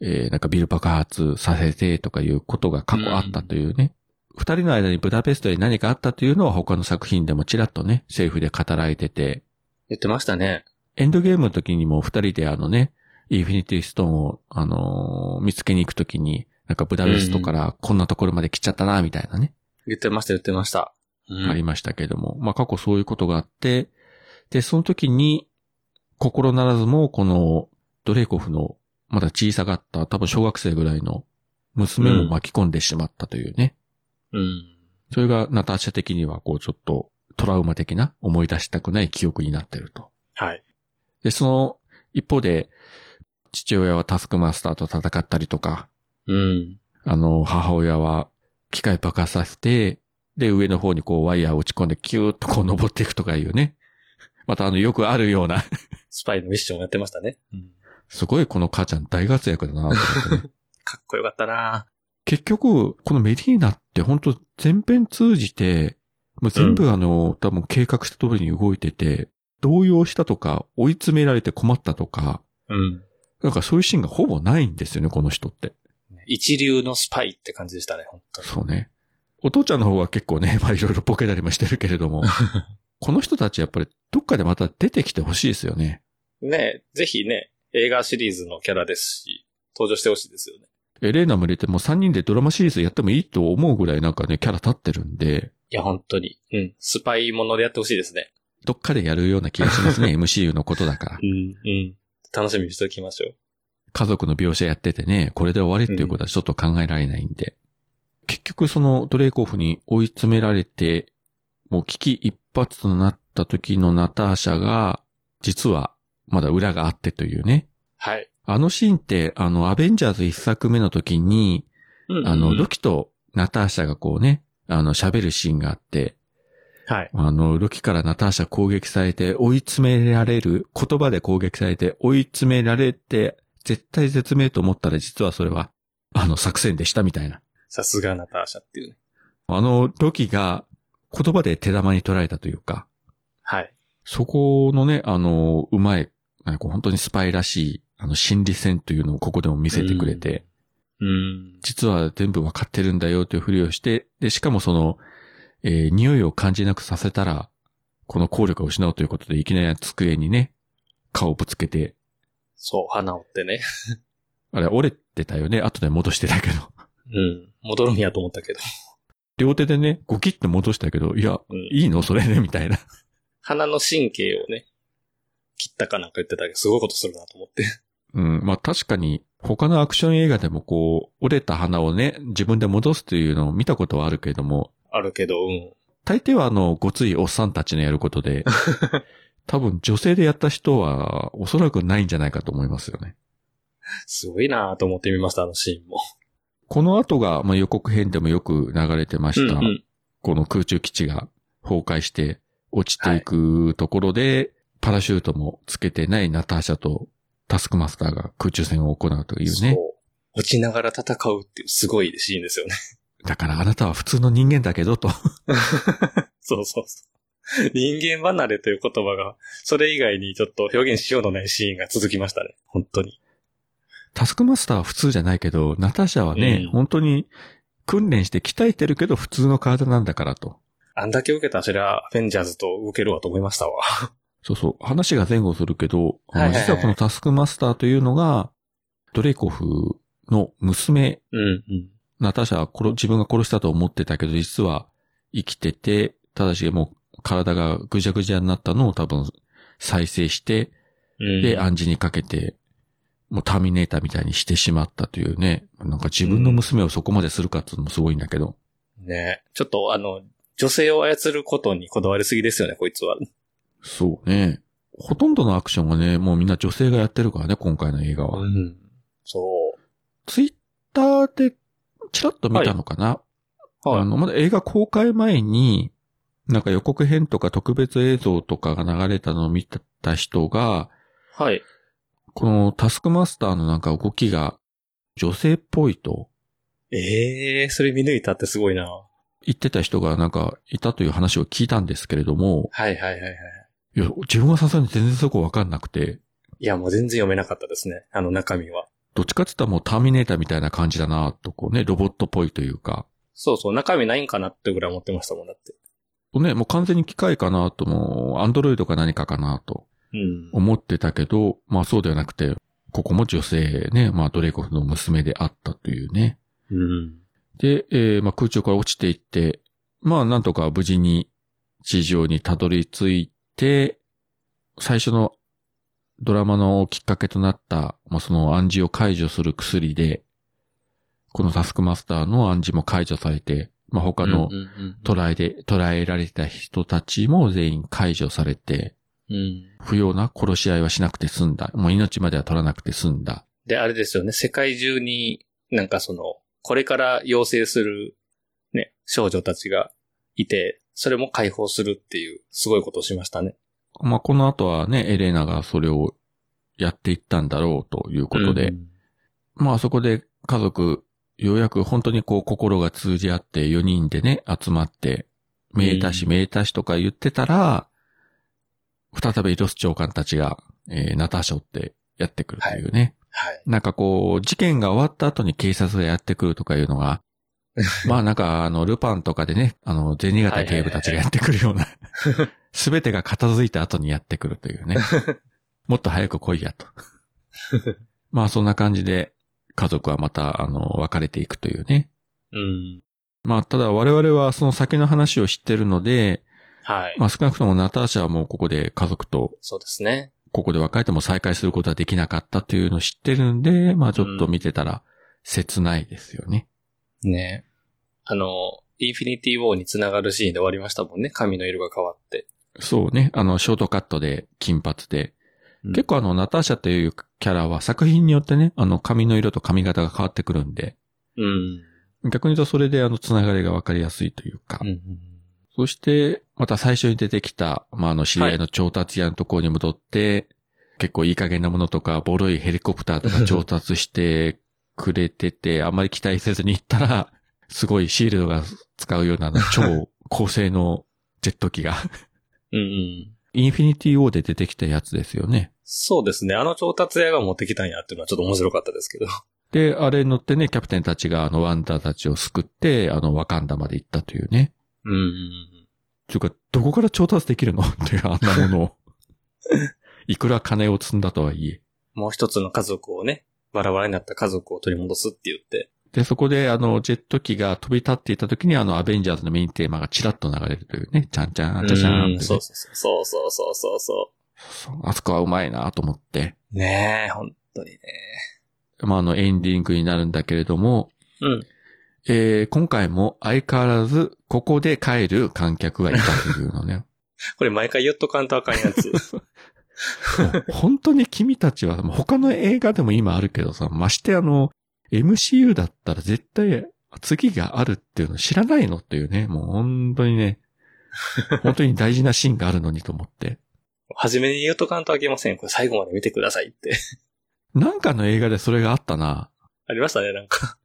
えー、なんかビル爆発させてとかいうことが過去あったというね。二、人の間にブダベストで何かあったというのは他の作品でもちらっとね、政府で語られてて、
言ってましたね。
エンドゲームの時にも二人であのね、インフィニティストーンを、あのー見つけに行く時に、なんかブダベストからこんなところまで来ちゃったな、みたいなね。
言ってました、言ってました。うん
ありましたけれども、まあ過去そういうことがあって、で、その時に、心ならずも、この、ドレイコフの、まだ小さかった、多分小学生ぐらいの、娘も巻き込んでしまったというね。
うん。
それが、ナターシャ的には、こう、ちょっと、トラウマ的な、思い出したくない記憶になってると。
はい。
で、その、一方で、父親はタスクマスターと戦ったりとか、
うん。
あの、母親は機械爆破させて、で、上の方にこうワイヤーを打ち込んでキューッとこう登っていくとかいうね。またあの、よくあるような。
スパイのミッションをやってましたね。うん。
すごいこの母ちゃん大活躍だなと思ってね
かっこよかったな
結局、このメリーナって本当全編通じて、もう全部あの、多分計画した通りに動いてて、動揺したとか、追い詰められて困ったとか、
うん。
なんかそういうシーンがほぼないんですよね、この人って。
一流のスパイって感じでしたね、本当に。
そうね。お父ちゃんの方は結構ね、まあ いろいろボケたりもしてるけれども、この人たちやっぱりどっかでまた出てきてほしいですよね。
ねぜひね、映画シリーズのキャラですし、登場してほしいですよね。
エレーナも入れてもう3人でドラマシリーズやってもいいと思うぐらいなんかね、キャラ立ってるんで、
いや、本当に。うん。スパイものでやってほしいですね。
どっかでやるような気がしますね、MCU のことだから
う。ん。うん。楽しみにしておきましょう。
家族の描写やっててね、これで終わりっていうことはちょっと考えられないんで。結局そのドレイコフに追い詰められて、もう危機一髪となった時のナターシャが、実はまだ裏があってというね。
はい。
あのシーンって、あの、アベンジャーズ一作目の時に、
うん
あの、
うん
ロキとナターシャがこうね、あの、喋るシーンがあって、
はい。
あの、ロキからナターシャ攻撃されて追い詰められる、言葉で攻撃されて追い詰められて、絶対絶命と思ったら実はそれは、あの、作戦でしたみたいな。
さすがナターシャっていうね。
あの、ロキが言葉で手玉に捉えたというか、
はい。
そこのね、あの、うまい、なんか本当にスパイらしい、あの、心理戦というのをここでも見せてくれて、
うん。
実は全部わかってるんだよというふりをして、で、しかもその、えー匂いを感じなくさせたら、この効力を失うということで、いきなり机にね、顔をぶつけて、
そう、花折ってね。
あれ折れてたよね、後で戻してたけど。
うん。戻るんやと思ったけど。
両手でね、ゴキッと戻したけど、いや、
うん。
いいのそれね、みたいな。
鼻の神経をね、切ったかなんか言ってたけど、すごいことするなと思って。
うん、まあ確かに他のアクション映画でもこう、折れた花をね、自分で戻すというのを見たことはあるけれども、
あるけど、うん。
大抵はあの、ごついおっさんたちのやるこ とで、多分女性でやった人はおそらくないんじゃないかと思いますよね。
すごいなと思ってみました、あのシーンも。
この後が、まあ、予告編でもよく流れてました、
うんうん
この空中基地が崩壊して落ちていくところで、パラシュートもつけてないナターシャとタスクマスターが空中戦を行うというね。
そう。落ちながら戦うっていうすごいシーンです よね。
だからあなたは普通の人間だけどと。
そうそうそう。人間離れという言葉が、それ以外にちょっと表現しようのないシーンが続きましたね。本当に。
タスクマスターは普通じゃないけど、ナターシャはね、
うん
本当に訓練して鍛えてるけど普通の体なんだからと。
あんだけ受けたらそりゃ、アベンジャーズと受けるわと思いましたわ。
そうそう。話が前後するけど、あの
はいはいはい
実はこのタスクマスターというのが、ドレイコフの娘
うん、うん。
ナターシャは殺、自分が殺したと思ってたけど、実は生きてて、ただしもう体がぐじゃぐじゃになったのを多分再生して、
うん、
で、暗示にかけて、もうターミネーターみたいにしてしまったというね。なんか自分の娘をそこまでするかっていうのもすごいんだけど。
ねちょっとあの、女性を操ることにこだわりすぎですよね、こいつは。
そうね。ほとんどのアクションがね、もうみんな女性がやってるからね、今回の映画は。
ん。そ
ツイッターでチラッと見たのかな、
う。
あの、まだ映画公開前に、なんか予告編とか特別映像とかが流れたのを見てた人が、
はい。
このタスクマスターのなんか動きが女性っぽいと
ええー、それ見抜いたってすごいな。は
言ってた人がなんかいたという話を聞いたんですけれども、
いはいはいはい。
いや、自分はさすがに全然そこわかんなくて、
いや、もう全然読めなかったですね。あの中身は。
どっちかって言ったらもうターミネーターみたいな感じだなと、こうね、ロボットっぽいというか、
そうそう、中身ないんかなってぐらい思ってましたもんだって。
ね、もう完全に機械かなと、もうアンドロイドか何かかなと
うん。
思ってたけど、まあそうではなくて、ここも女性ね、まあドレイコフの娘であったというね。
うん。
で、えーまあ空中から落ちていって、まあなんとか無事に地上にたどり着いて、最初のドラマのきっかけとなった、まあその暗示を解除する薬で、このタスクマスターの暗示も解除されて、まあ他の
うんうん
捕らえで、捕らえられた人たちも全員解除されて、
うん、うん。
不要な殺し合いはしなくて済んだ。もう命までは取らなくて済んだ。
で、あれですよね、世界中になんかその、これから要請する、ね、少女たちがいて、それも解放するっていう、すごいことをしましたね。
まあ、この後はね、エレナがそれをやっていったんだろうということで、
うん
まあそこで家族、ようやく本当にこう心が通じ合って4人でね、集まって、名太子、
うん
名太子とか言ってたら、再びロス長官たちが、えーナターシャを追ってやってくるというね。
はい。
なんかこう、事件が終わった後に警察がやってくるとかいうのが、まあなんかあの、ルパンとかでね、あの、銭形警部たちがやってくるような、すべてが片付いた後にやってくるというね。もっと早く来いやと。まあそんな感じで、家族はまた、あの、別れていくというね。
うん。
まあただ我々はその先の話を知ってるので、
はい。
まあ少なくともナターシャはもうここで家族と
そうですね。
ここで別れても再会することはできなかったというのを知ってるんで、まあちょっと見てたら切ないですよね。
ね。あの、インフィニティウォーにつながるシーンで終わりましたもんね。髪の色が変わって。
そうね。あの、ショートカットで金髪で。
うん
結構あの、ナターシャというキャラは作品によってね、あの、髪の色と髪型が変わってくるんで、
うん。
逆に言うとそれであの、つながりがわかりやすいというか。
うん。
そして、また最初に出てきた、まあ、あの、知り合いの調達屋のところに戻って、結構いい加減なものとか、ボロいヘリコプターとか調達してくれてて、あんまり期待せずに行ったら、 すごいシールドが使うようなあの超高性能ジェット機が、
うんうん。
インフィニティウォーで出てきたやつですよね。
そうですね。あの調達屋が持ってきたんやっていうのはちょっと面白かったですけど。
で、あれに乗ってね、キャプテンたちがあの、ワンダーたちを救って、あの、ワカンダまで行ったというね。
うんうん。
というか、どこから調達できるのっていうあんなものを。いくら金を積んだとはいえ。
もう一つの家族をね、バラバラになった家族を取り戻すって言って。
で、そこで、あの、ジェット機が飛び立っていた時に、あの、アベンジャーズのメインテーマがチラッと流れるというね、ちゃんちゃん、ちゃちゃんってね、
そうそうそうそうそうそうそう。
そうあそこはうまいなと思って。
ねえ、本当にね。
まあ、あの、エンディングになるんだけれども、
うん。
えー今回も相変わらず、ここで帰る観客がいたというの ね。
これ毎回言っとかんとあかんやつ。
もう本当に君たちは、もう他の映画でも今あるけどさ、ましてあの、MCU だったら絶対次があるっていうの知らないのっていうね、もう本当に ね、本当に大事なシーンがあるのにと思って。
初めに言っとかんとあけません。これ最後まで見てくださいって。
なんかの映画でそれがあったな。
ありましたね、なんか。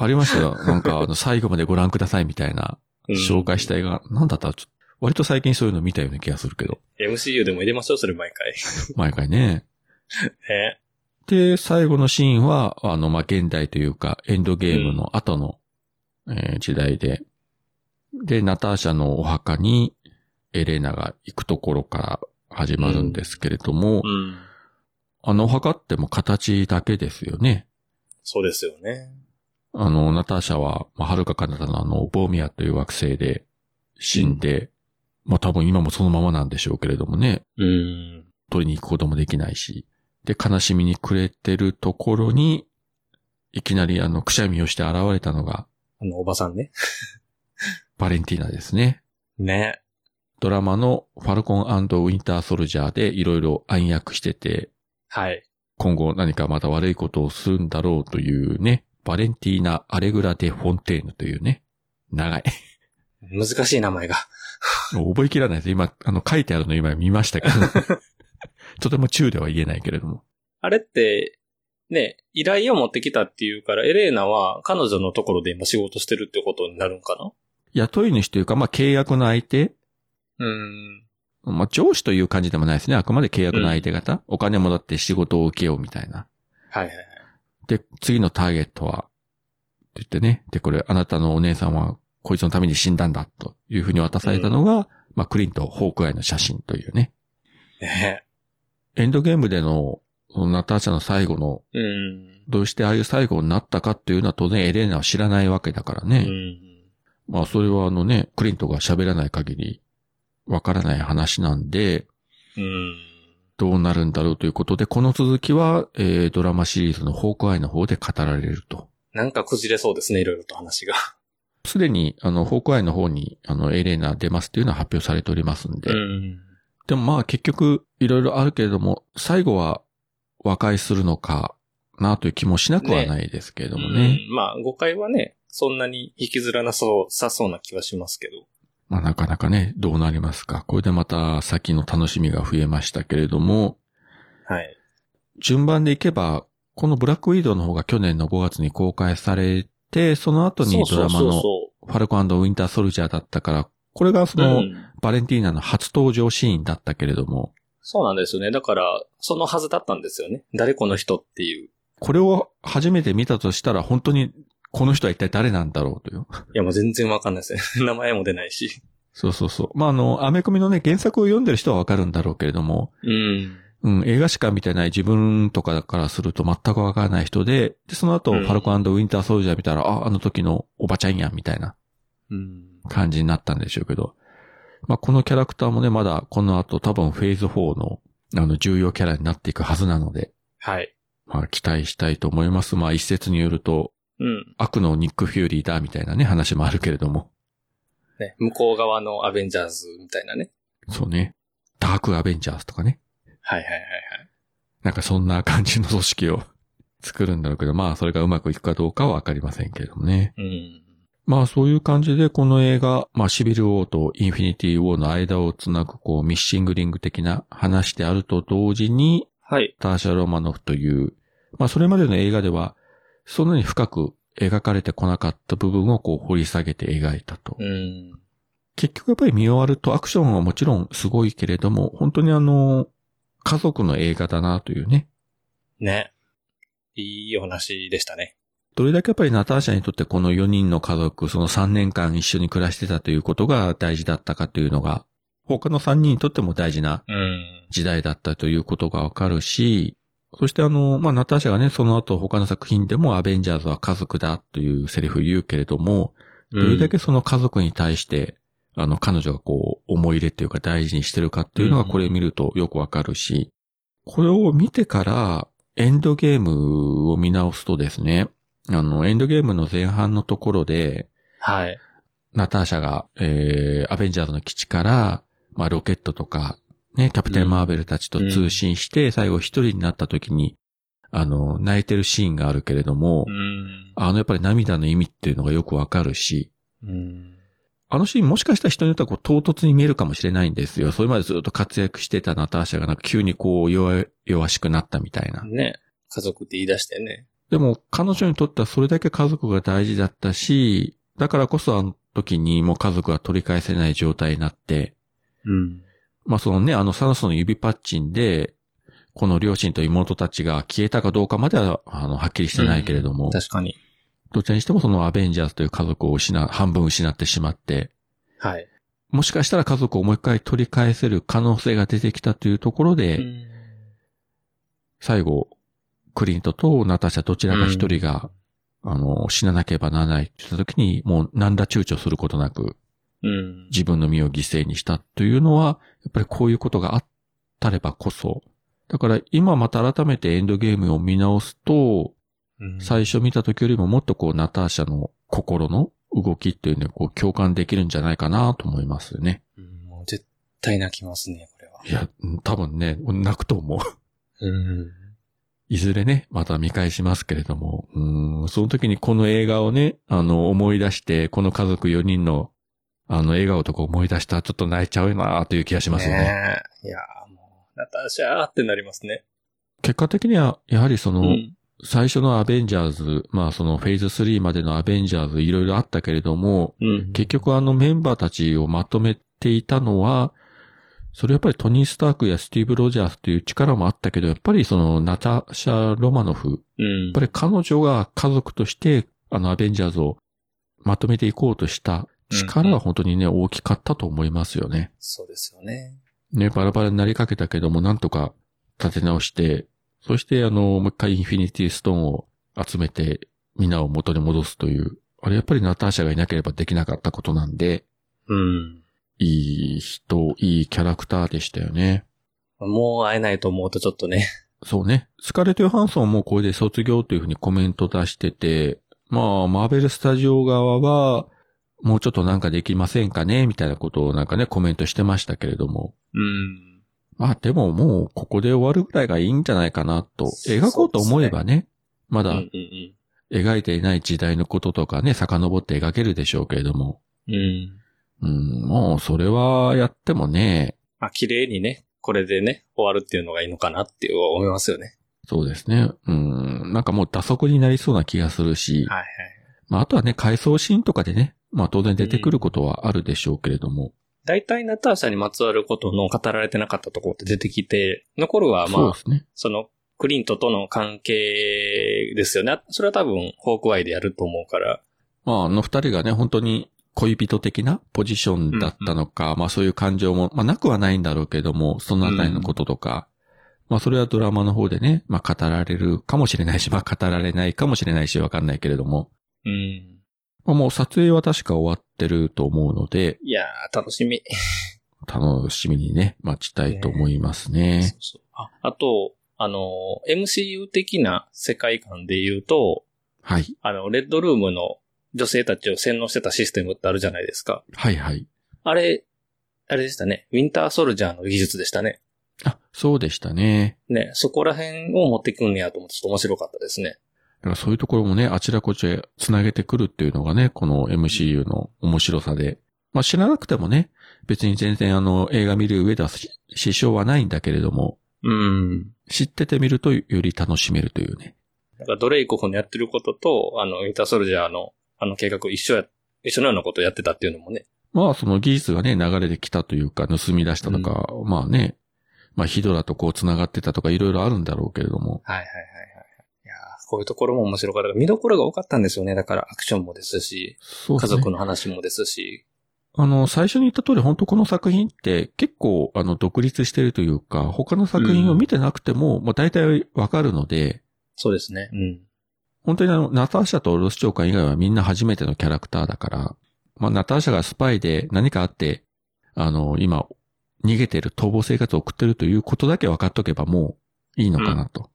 ありまし たよ。なんかあの、最後までご覧くださいみたいな
うん
紹介した映画。なんだったちょっと割と最近そういうの見たような気がするけど。
MCU でも入れましょう、それ毎回。
毎回ね。
ね。
で、最後のシーンは、あの、まあ、現代というか、エンドゲームの後の、えー時代で、で、ナターシャのお墓に、エレナが行くところから始まるんですけれども、
うん。
あのお墓ってもう形だけですよね。
そうですよね。
あの、ナターシャは、まあ、はるか彼方のあの、ボーミアという惑星で死んで、まあ、多分今もそのままなんでしょうけれどもね、
うん。
取りに行くこともできないし、で、悲しみに暮れてるところに、いきなりあの、くしゃみをして現れたのが、
あの、おばさんね。
バレンティーナですね。
ね。
ドラマのファルコンウィンターソルジャーでいろいろ暗躍してて、
はい。
今後何かまた悪いことをするんだろうというね、バレンティーナ・アレグラ・デ・フォンテーヌというね、長い。
難しい名前が。
もう覚えきらないです。今、あの、書いてあるの今見ましたけ ど、とても中では言えないけれども。
あれって、ね、依頼を持ってきたっていうから、エレーナは彼女のところで今仕事してるってことになるんかな
雇い主というか、まあ、契約の相手
うん。
まあ、上司という感じでもないですね。あくまで契約の相手方。お金もらって仕事を受けようみたいな。
はいはいはい。
で、次のターゲットは、って言ってね。で、これ、あなたのお姉さんは、こいつのために死んだんだ、というふうに渡されたのが、まあ、クリント・ホークアイの写真というね。
ね
エンドゲームでの、そのナターシャの最後の、
うん。
どうしてああいう最後になったかっていうのは当然エレーナは知らないわけだから
う
ね。
ん。
まあ、それはあのね、クリントが喋らない限り、わからない話なんで、
うん。
どうなるんだろうということで、この続きは、えードラマシリーズのホークアイの方で語られると。
なんかこじれそうですね、いろいろと話が。
すでに、あの、ホークアイの方に、あの、エレーナ出ますというのは発表されておりますんで。
ん。
でもまあ結局、いろいろあるけれども、最後は和解するのかなという気もしなくはないですけれどもね。
うんまあ、誤解はね、そんなに引きずらなそう、さそうな気はしますけど。
まあなかなかね、どうなりますか。これでまた先の楽しみが増えましたけれども、
はい。
順番でいけば、このブラックウィードウの方が去年の5月に公開されて、その後にドラマ
そうそう
の
そ
ファルコンウィンターソルジャーだったから、これがそう
そう。う
の
ん。
バレンティーナの初登場シーンだったけれども、
そうなんですよね。だから、そのはずだったんですよね。誰この人っていう。
これを初めて見たとしたら本当にこの人は一体誰なんだろうという。
いや、もう全然わかんないですね。 名前も出ないし。
そうそうそう。まあ、あの、アメコミのね、原作を読んでる人はわかるんだろうけれども、
うん。
うん、映画しか見てない自分とかからすると全くわからない人で、で、その後、
うん
ファルコンウィンターソルジャー見たら、あ、あの時のおばちゃんやん、みたいな。
うん。
感じになったんでしょうけど、まあ、このキャラクターもね、まだこの後多分フェーズ4の、あの、重要キャラになっていくはずなので、
はい。
まあ、期待したいと思います。まあ、一説によると、
うん。
悪のニック・フューリーだ、みたいなね、話もあるけれども。
ね、向こう側のアベンジャーズみたいなね。
そうね。ダーク・アベンジャーズとかね。
はいはいはい
なんかそんな感じの組織を 作るんだろうけど、まあ、それがうまくいくかどうかはわかりませんけれどもね。
はい。うん。
まあ、そういう感じで、この映画、まあ、シビル・ウォーとインフィニティ・ウォーの間をつなぐ、こう、ミッシングリング的な話であると同時に、
はい。
ターシャ・ロマノフという、まあそれまでの映画では、そんなに深く描かれてこなかった部分をこう掘り下げて描いたと。
うん。
結局やっぱり見終わるとアクションはもちろんすごいけれども、本当にあの、家族の映画だなというね。
ね。いいお話でしたね。
どれだけやっぱりナターシャにとってこの4人の家族、その3年間一緒に暮らしてたということが大事だったかというのが、他の3人にとっても大事な
うん。
時代だったということがわかるし、そしてあの、まあ、ナターシャがね、その後他の作品でもアベンジャーズは家族だというセリフを言うけれども、どれだけその家族に対してあの、彼女がこう、思い入れっていうか大事にしてるかっていうのが
うん
これ見るとよくわかるし、これを見てから、エンドゲームを見直すとですね、あの、エンドゲームの前半のところで、
はい。
ナターシャが、えー、アベンジャーズの基地から、まあ、ロケットとか、ね、キャプテン・マーベルたちと通信して、最後一人になった時に、あの、泣いてるシーンがあるけれども、
うん。
あの、やっぱり涙の意味っていうのがよくわかるし、
うん。
あのシーンもしかしたら人によってはこう唐突に見えるかもしれないんですよ。それまでずっと活躍してたナターシャがなんか急にこう弱い弱しくなったみたいな。
ね。家族って言い出してね。
でも彼女にとってはそれだけ家族が大事だったし、だからこそあの時にもう家族は取り返せない状態になって、
うん。
まあそのね、あのサノスの指パッチンで、この両親と妹たちが消えたかどうかまでは、あの、はっきりしてないけれども、
確かに。
どちらにしてもそのアベンジャーズという家族を失う、半分失ってしまって、
はい。
もしかしたら家族をもう一回取り返せる可能性が出てきたというところで、
うん
最後、クリントとナターシャどちらか一人が、あの、死ななければならないって言った時に、もう何ら躊躇することなく
うん。
自分の身を犠牲にしたというのは、やっぱりこういうことがあったればこそ。だから今また改めてエンドゲームを見直すと、
うん
最初見た時よりももっとこうナターシャの心の動きっていうのをこう共感できるんじゃないかなと思いますよね。
うんもう絶対泣きますね、これは。
いや、うん多分ね、泣くと思う。
うん。
いずれね、また見返しますけれども、うん、その時にこの映画をね、あの、思い出して、この家族4人の、あの、笑顔とか思い出したらちょっと泣いちゃうなという気がしますよね。
えいやーもう、ナターシャーってなりますね。
結果的には、やはりその、
うん。
最初のアベンジャーズ、まあそのフェーズ3までのアベンジャーズいろいろあったけれども、
うん。
結局あのメンバーたちをまとめていたのは、それやっぱりトニー・スタークやスティーブ・ロジャースという力もあったけど、やっぱりそのナターシャ・ロマノフ
うん
やっぱり彼女が家族として、あの、アベンジャーズをまとめていこうとした力は本当にね、大きかったと思いますよね。
そうですよね。
ね、バラバラになりかけたけども、なんとか立て直して、そして、あの、もう一回インフィニティストーンを集めて、皆を元に戻すという、あれやっぱりナターシャがいなければできなかったことなんで、
うん。
いい人、いいキャラクターでしたよね。
もう会えないと思うとちょっとね。
そうね。スカーレット・ヨハンソンもこれで卒業というふうにコメント出してて、まあ、マーベル・スタジオ側は、もうちょっとなんかできませんかねみたいなことをなんかね、コメントしてましたけれども。
うん。
まあ、でももうここで終わるぐらいがいいんじゃないかなと。描こうと思えばね、ま
うんう
だ
ん
描いていない時代のこととかね、遡って描けるでしょうけれども。
うん。うん。
うん、もうそれはやってもね、
まあ、綺麗にね、これでね、終わるっていうのがいいのかなって思いますよね。
そうですね。うん、なんかもう打足になりそうな気がするし。
はいはい。
まあ、あとはね、回想シーンとかでね、まあ当然出てくることはあるでしょうけれども。
大体ナターシャにまつわることの語られてなかったところって出てきて、残るはまあ
そう、ですね。
その、クリントとの関係ですよね。それは多分、ホークアイでやると思うから。
まああの二人がね、本当に恋人的なポジションだったのか、まあそういう感情も、まあなくはないんだろうけども、そのあたりのこととか、まあそれはドラマの方でね、まあ語られるかもしれないし、まあ語られないかもしれないし、わかんないけれども、
うん。
まあもう撮影は確か終わってると思うので、
いやー、楽しみ。
楽しみにね、待ちたいと思いますね。
そうそうああと、あのー、MCU 的な世界観で言うと、
はい。
あの、レッドルームの女性たちを洗脳してたシステムってあるじゃないですか。
はいはい。
あれ、あれでしたね。ウィンターソルジャーの技術でしたね。
あ、そうでしたね。
ね、そこら辺を持ってくんねやと思ってちょっと面白かったですね。
だからそういうところもね、あちらこちらへ繋げてくるっていうのがね、この MCU の面白さで。まあ知らなくてもね、別に全然あの映画見る上ではし支障はないんだけれども、
うん。
知ってて見るとより楽しめるというね。
だからドレイコフのやってることと、あの、ウィンターソルジャーの、あの計画一緒や、一緒のようなことをやってたっていうのもね。
まあその技術がね、流れてきたというか、盗み出したとか、まあね、まあヒドラとこう繋がってたとかいろいろあるんだろうけれども、
はいはいはいはい。いやーこういうところも面白かった。見どころが多かったんですよね。だからアクションもですし、
そうで
家
すね
族の話もですし。
あの、最初に言った通り、本当この作品って結構、あの、独立してるというか、他の作品を見てなくても、まあ大体わかるので、
そうですね。うん。
本当にあの、ナターシャとロス長官以外はみんな初めてのキャラクターだから、まあ、ナターシャがスパイで何かあって、あの、今、逃げてる逃亡生活を送ってるということだけ分かっとけばもういいのかなと。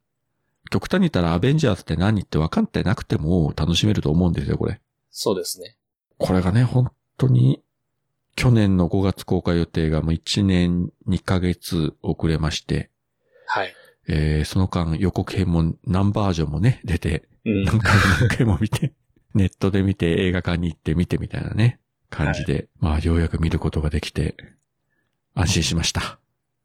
極端に言ったらアベンジャーズって何って分かってなくても楽しめると思うんですよ、これ。
そうですね。
これがね、本当に、去年の5月公開予定がもう1年2ヶ月遅れまして、
はい。
えー、その間予告編も何バージョンもね、出て、
うん。
何回も何回も見て、ネットで見て映画館に行って見てみたいなね、感じで、まあようやく見ることができて、安心しました。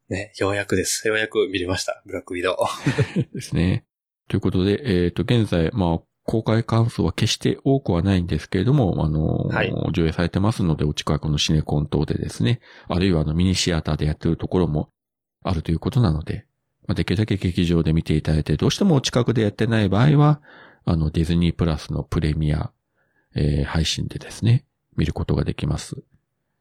ね、ようやくです。ようやく見れました。ブラックウィドウ。
ですね。ということで、えっ、と、現在、まあ、公開感想は決して多くはないんですけれども、あのー
はい
上映されてますので、お近くのシネコン等でですね、あるいはあのミニシアターでやってるところもあるということなので、まあ、できるだけ劇場で見ていただいて、どうしてもお近くでやってない場合は、あの、ディズニープラスのプレミア、えー配信でですね、見ることができます。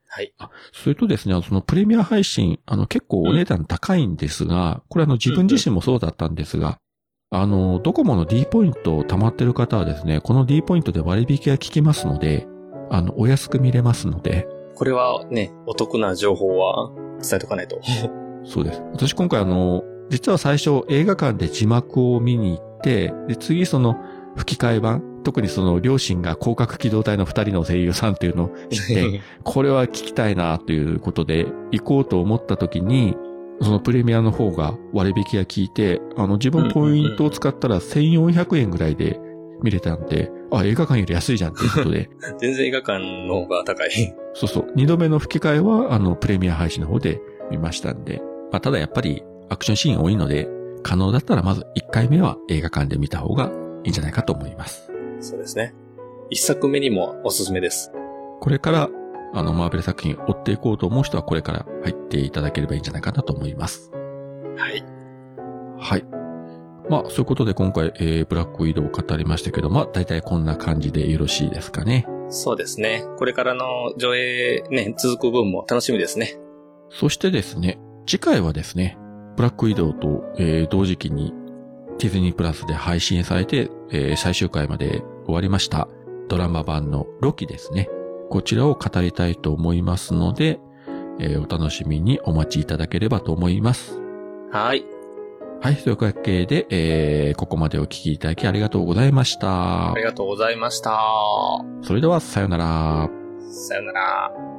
はい。
それとですね、あのそのプレミア配信、あの結構お値段高いんですが、これあの自分自身もそうだったんですが、あの、ドコモの D ポイントを溜まってる方はですね、この D ポイントで割引が効きますので、あの、お安く見れますので、
これはね、お得な情報は伝えとか ないと。
そうです。私今回あの、実は最初映画館で字幕を見に行って、で、次その吹き替え版、特にその両親が広角機動隊の二人の声優さんっていうのを知って、これは聞きたいなということで、行こうと思った時に、そのプレミアの方が割引が効いて、あの自分ポイントを使ったら1400円ぐらいで見れたんで、あ、映画館より安いじゃんということで、
全然映画館の方が高い。
そうそう、二度目の吹き替えはあのプレミア配信の方で見ましたんで、まあただやっぱりアクションシーン多いので、可能だったらまず1回目は映画館で見た方がいいんじゃないかと思います。
そうですね。一作目にもおすすめです。
これから、あの、マーベル作品追っていこうと思う人はこれから入っていただければいいんじゃないかなと思います。
はい。
はい。まあ、そういうことで今回、えー、ブラックウィドウを語りましたけど、まあ、大体こんな感じでよろしいですかね。
そうですね。これからの上映ね、続く分も楽しみですね。
そしてですね、次回はですね、ブラックウィドウと、えー同時期にディズニープラスで配信されて、えー最終回まで終わりましたドラマ版のロキですね。こちらを語りたいと思いますので、えーお楽しみにお待ちいただければと思います。
はい。
はい、というわけで、えーここまでお聞きいただきありがとうございました
あり。がとうございました。
それでは、さようなら。
さよなら。